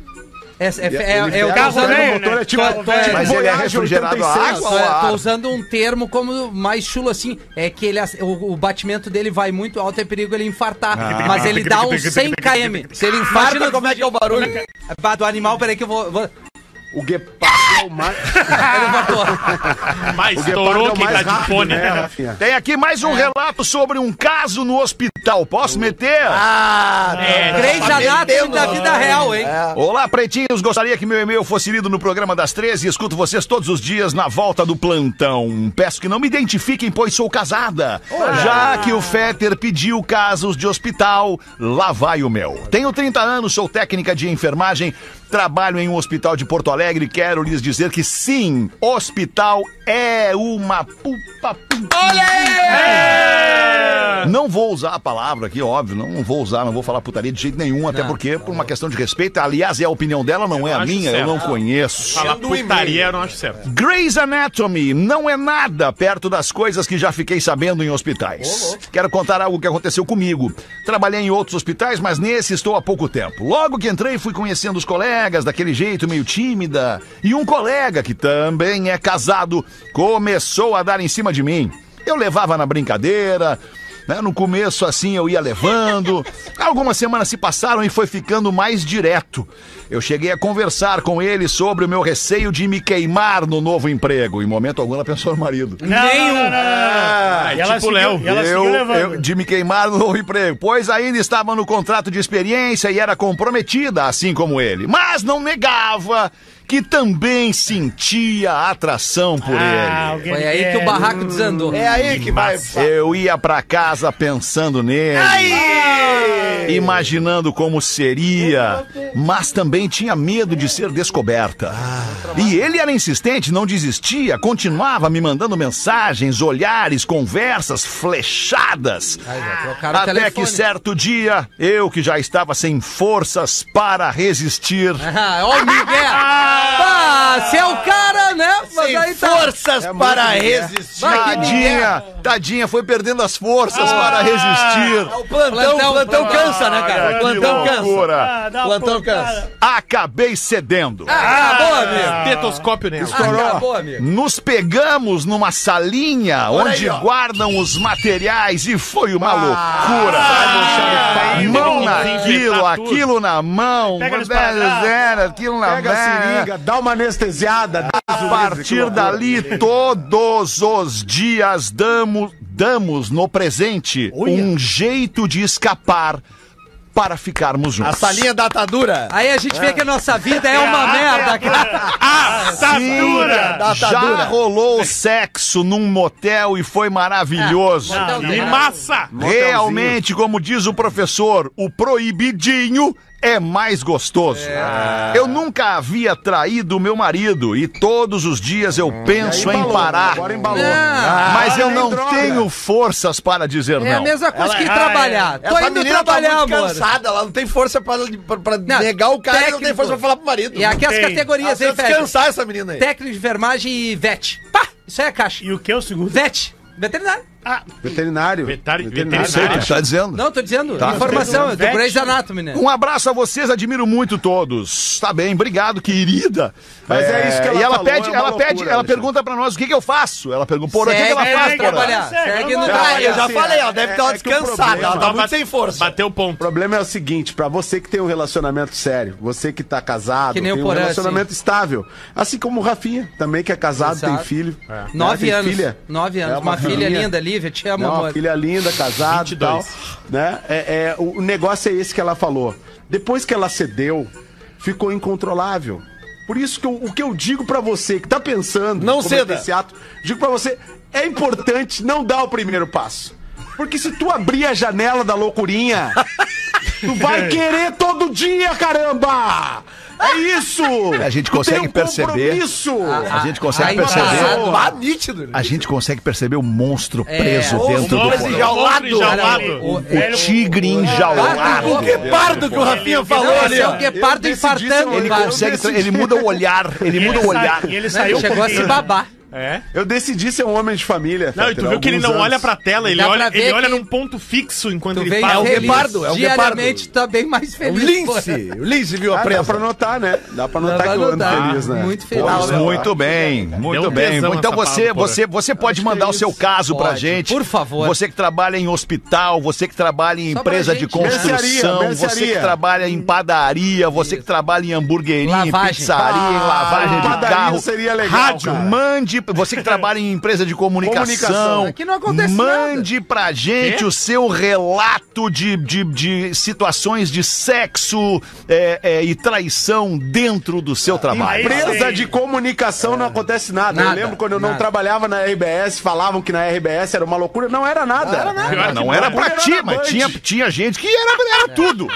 É, é- é- é o
ferve,
tô usando-
ferve o
motor, é tipo-
tô- tô- é-
Mas ele é
Voyage
refrigerado a
86.
água
Tô-
ou a
Tô
ar?
usando um termo como mais chulo assim, é que ele, ac- o, o batimento dele vai muito alto, é perigo ele infartar. mas ele dá uns 100 km. Se
Imagina
ele infarta,
como é que é o barulho.
Bah, do animal, peraí que eu vou. vou...
O guepardo é o mais,
Ah.
Ele
*laughs*
infartou.
Mas
o guepardo é
estourou
o
quem tá
mais
de
rápido,
fone.
né, Rafinha?
Tem aqui mais um relato sobre um caso no hospital. Posso meter?
Ah,
É,
Grey's
tá
Anatomy
metendo, É.
da vida real, hein?
Olá, pretinhos. Gostaria que meu e-mail fosse lido no programa das 13 e escuto vocês todos os dias na volta do plantão. Peço que não me identifiquem, pois sou casada. Já que o Fetter pediu casos de hospital, lá vai o meu. Tenho 30 anos, sou técnica de enfermagem, trabalho em um hospital de Porto Alegre. Quero lhes dizer que sim, hospital é uma pupa.
Olha
Não vou usar a palavra aqui, óbvio, não, não vou usar, não vou falar putaria de jeito nenhum, até porque por uma questão de respeito. Aliás, é a opinião dela, não é a
acho
minha, eu
certo.
não conheço.
Falar putaria eu não acho certo.
Grey's Anatomy não é nada perto das coisas que já fiquei sabendo em hospitais. Quero contar algo que aconteceu comigo. Trabalhei em outros hospitais, mas nesse estou há pouco tempo. Logo que entrei, fui conhecendo os colegas, daquele jeito meio tímida. E um colega, que também é casado, começou a dar em cima de mim. Eu levava na brincadeira. né? No começo, assim, eu ia
*laughs*
levando. Algumas semanas se passaram e foi ficando mais direto. Eu cheguei a conversar com ele sobre o meu receio de me queimar no novo emprego. Em momento algum, ela pensou no marido.
Não, não, não, não, não, não.
Ah,
E ela
tipo
seguiu-
Léo.
e ela
eu,
seguiu levando.
eu- de me queimar no novo emprego, pois ainda estava no contrato de experiência e era comprometida, assim como ele. Mas não negava que também sentia atração por ele.
Ah, alguém
Foi aí que o
quer.
barraco desandou.
É aí que vai.
Eu ia pra casa pensando nele. Imaginando como seria, mas também tinha medo de ser descoberta. E ele era insistente, não desistia, continuava me mandando mensagens, olhares, conversas, flechadas.
Aí, já trocaram o
Até
telefone.
que certo dia, eu que já estava sem forças para resistir,
*laughs* Ah, Ó, o Miguel! Ah, se é o cara, né? Mas aí tá.
Forças para resistir.
Vai, que
tadinha, tadinha, foi perdendo as forças para resistir.
O plantão,
Plantão,
o plantão
plantão. Ah,
cansa, né, cara? O plantão cansa.
Loucura.
Ah, dá uma
Plantão
pancada.
cansa.
Acabei cedendo.
Ah, boa, amigo!
Tetoscópio nela.
Acabou, amigo.
Nos pegamos numa salinha
Olha
onde
aí, ó.
guardam os materiais e foi uma loucura. mão naquilo,
Inventar tudo.
aquilo na mão,
tá Pega nos quadrados.
zero, aquilo na
Pega a
mão.
seringa, dá uma anestesiada. dá
A partir dali, todos os dias damos, damos no presente um jeito de escapar para ficarmos
A
juntos.
salinha da atadura.
Aí a gente vê que a nossa vida é uma merda, cara.
tá
Sim,
Da
já
atadura.
rolou sexo num motel e foi maravilhoso.
É.
Não, não,
E
não.
massa!
Realmente, como diz o professor, o proibidinho é mais gostoso.
É.
Eu nunca havia traído meu marido e todos os dias eu penso em parar.
Agora Hum. embalou.
Ah,
Mas eu
nem
não
droga.
tenho forças para dizer
É a
não.
mesma coisa
Ela-
que ir
ah,
trabalhar. Tô
é. Essa
indo
menina
trabalhar,
tá muito
amor.
cansada, ela não tem força pra, pra, pra
Não,
negar o cara, não tem
técnico.
força pra falar pro marido.
E aqui as
Tem.
categorias,
Ela precisa
hein, Fede?
descansar essa menina aí.
Técnico de enfermagem e VET. Pá! Isso aí é a caixa.
E o que é o segundo?
VET. Veterinário.
Veterinário.
Vetar-
Não sei o que
Veterinário.
tu tá dizendo.
Não, tô dizendo. informação, eu tô
Vet.
Grey's Anatomy, né?
Um abraço a vocês, admiro muito todos. Tá bem, obrigado, querida.
Mas é isso que ela
E ela
falou,
pede,
é uma
ela
loucura,
pede, ela
Alexandre.
pergunta pra nós o que que eu faço. Ela pergunta, por o é que que ela
Segue
faz,
no
pra
porra?
trabalhar.
Segue,
Segue no
vamos lá.
Ah, eu
trabalho.
já
assim,
falei, ela
é-
deve estar uma
é que o
descansada,
problema-
ela tá muito
Bate-
sem força.
Bateu o
O
ponto.
problema é o seguinte, pra você que tem um relacionamento sério, você que tá casado,
Que nem
tem
o
um
Porã,
relacionamento estável, assim como o Rafinha, também que é casado,
Exato.
tem filho. né,
Nove
tem
anos.
Filha.
Nove anos.
É
uma,
uma
filha
filhinha.
linda, Lívia. Te amo,
Não,
amor.
uma filha é linda, casada e tal.
22.
Né? É, é, o o negócio é esse que ela falou. Depois que ela cedeu, ficou incontrolável. Por isso que eu- o que eu digo pra você que tá pensando
Não
em cometer
ceda.
esse ato, digo pra você, é importante não dar o primeiro passo. Porque se tu abrir a janela da loucurinha, tu vai querer todo dia, caramba! É isso!
A gente
Tu tem um
consegue perceber.
compromisso.
A gente consegue
Aí
perceber.
tá.
Bah, nítido. né?
A gente consegue perceber o monstro
É.
preso
Ô,
dentro do
monstro
porão.
enjaulado.
enjaulado.
O-
O tigre enjaulado.
Ah, O guepardo que é o Rafinha falou
Não,
ali,
esse é o
ó.
guepardo
decidi se eu
infartando.
Ele
cara.
consegue, tra- ele muda o olhar, ele muda o
sa-
olhar.
e ele
Né?
saiu um
Chegou a se
correndo.
babar.
É?
Eu decidi ser um homem de família.
Não, e tu
Fetter,
viu que ele
alguns
não
anos.
olha pra tela, ele
Dá pra
olha,
ver
ele olha
que-
num ponto fixo enquanto
Tu
ele
vem
um
fala.
o
feliz.
guepardo, é o guepardo.
Diariamente tu tá bem mais
O
feliz.
lince. O lince viu a
Ah, dá pra
presa.
notar, né? Dá pra notar
pra
que eu ando
notar.
feliz, né?
Muito feliz.
Pô,
Pois muito bem, muito
Deu um
bem.
tesão
Então
essa né?
você,
palavra, porra.
você, você pode mandar o seu caso pra
Pode,
gente.
por favor.
Você que trabalha em hospital, você que trabalha em
Só pra
empresa de
gente, né?
construção,
Mercearia,
você que
mercearia.
trabalha em padaria, você que trabalha em hamburgueria,
Lavagem. Ah,
pizzaria, em lavagem de
padaria
carro.
seria legal,
rádio,
cara.
mande, você que trabalha em empresa de comunicação,
Comunicação.
Aqui não acontece
mande pra gente
Quê?
o seu relato de, de, de situações de sexo é, é, e traição dentro do seu trabalho.
Empresa de comunicação não acontece nada.
Nada,
eu lembro quando eu
nada.
não trabalhava na RBS, falavam que na RBS era uma loucura. Não era nada. Era nada.
Pior que
Ah, Não era pra
Era
ti,
na
mas
Band.
tinha, tinha
É.
*laughs* gente que era, era tudo.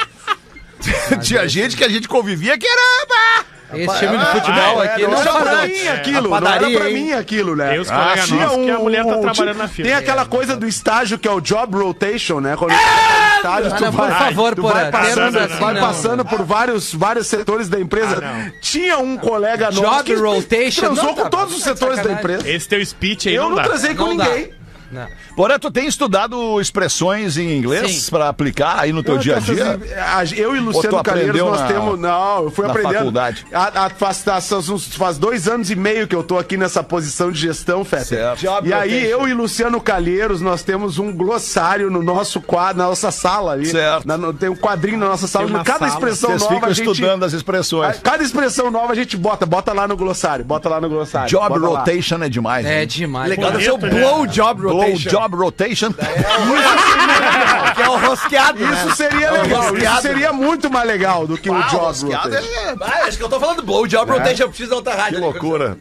tinha gente que a gente convivia que era. ah,
Esse time de futebol aqui
Não
não
era pra
é
mim aquilo, não
padaria,
era pra
hein?
mim aquilo, né?
Tem os colegas
tinha
nossos que a mulher tá trabalhando na fila.
Tem aquela coisa do estágio que é o job rotation, né? Quando tu tá no estágio,
É! Olha,
tu
por
vai,
favor,
tu
Porã,
vai passando,
termos assim
vai
não.
passando por vários, vários setores da empresa.
Ah,
tinha um colega nosso
Job
que
rotation?
transou
Não,
com
tá,
todos
tá
os
de
setores da
sacanagem.
empresa.
Esse teu speech aí
Eu
não,
não
dá.
transei com
Não dá.
ninguém.
Não.
Porém, tu tem estudado expressões em inglês
Sim.
pra aplicar aí no teu dia a dia?
Essas- a- Eu e
Ou tu
Luciano Calheiros,
aprendeu
nós
na-
temos. Não, eu fui
na
aprendendo.
faculdade?
A- a- faz, tá- faz uns- faz dois anos e meio que eu tô aqui nessa posição de gestão, Feta.
Certo.
E aí, eu e Luciano Calheiros, nós temos um glossário no nosso quadro, na nossa sala ali.
Certo.
Na- no- tem um quadrinho na nossa sala.
Tem uma
Cada
sala.
expressão
Vocês
nova.
ficam
a gente-
estudando as
a-
expressões.
Cada expressão nova a gente bota, bota lá no glossário, bota lá no glossário.
Job
bota lá.
rotation é demais.
É
hein?
demais.
Legal,
né?
deve ser o
Bonito, né?
blow job
Blow
rotation.
job rotation.
*laughs*
Que é o rosqueado, né?
Isso seria
É um
legal, isso
rosqueado.
seria muito mais legal do que o
Ah, o
job
rosqueado
rotation.
é... Ah, acho que eu tô falando blow job rotation, eu preciso da outra rádio.
Que loucura.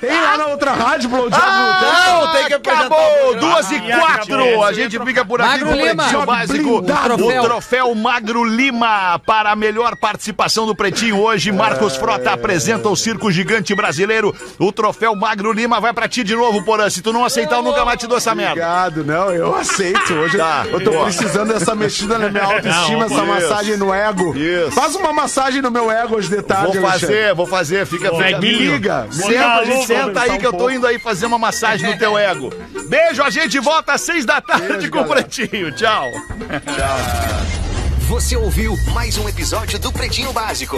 Tem lá na outra rádio, Blow Job
Ah,
Rotation.
Não, tem que apresentar o
Ah, Acabou!
programa.
Duas e
Ah,
quatro!
acabou.
A gente fica por aqui
Magro
com o
Lima.
Pretinho Básico.
O troféu.
O troféu Magro Lima para a melhor participação do Pretinho hoje. Marcos Frota apresenta o Circo Gigante Brasileiro. O troféu Magro Lima vai pra ti de novo, Porã. Se tu não aceitar, eu nunca mais te dou essa merda. Tá.
Obrigado, não, eu aceito. Hoje eu tô precisando dessa mexida na minha autoestima, essa
isso.
massagem no ego.
Isso.
Faz uma massagem no meu ego hoje de tarde,
Vou
Alexandre.
fazer, vou fazer. Fica
Me
velhinho.
liga.
Senta, a gente
Alô,
senta aí
Valdemar,
que eu tô indo aí fazer uma massagem no teu ego. Beijo, a gente volta às seis da tarde com o Pretinho. Tchau.
Você ouviu mais um episódio do Pretinho Básico.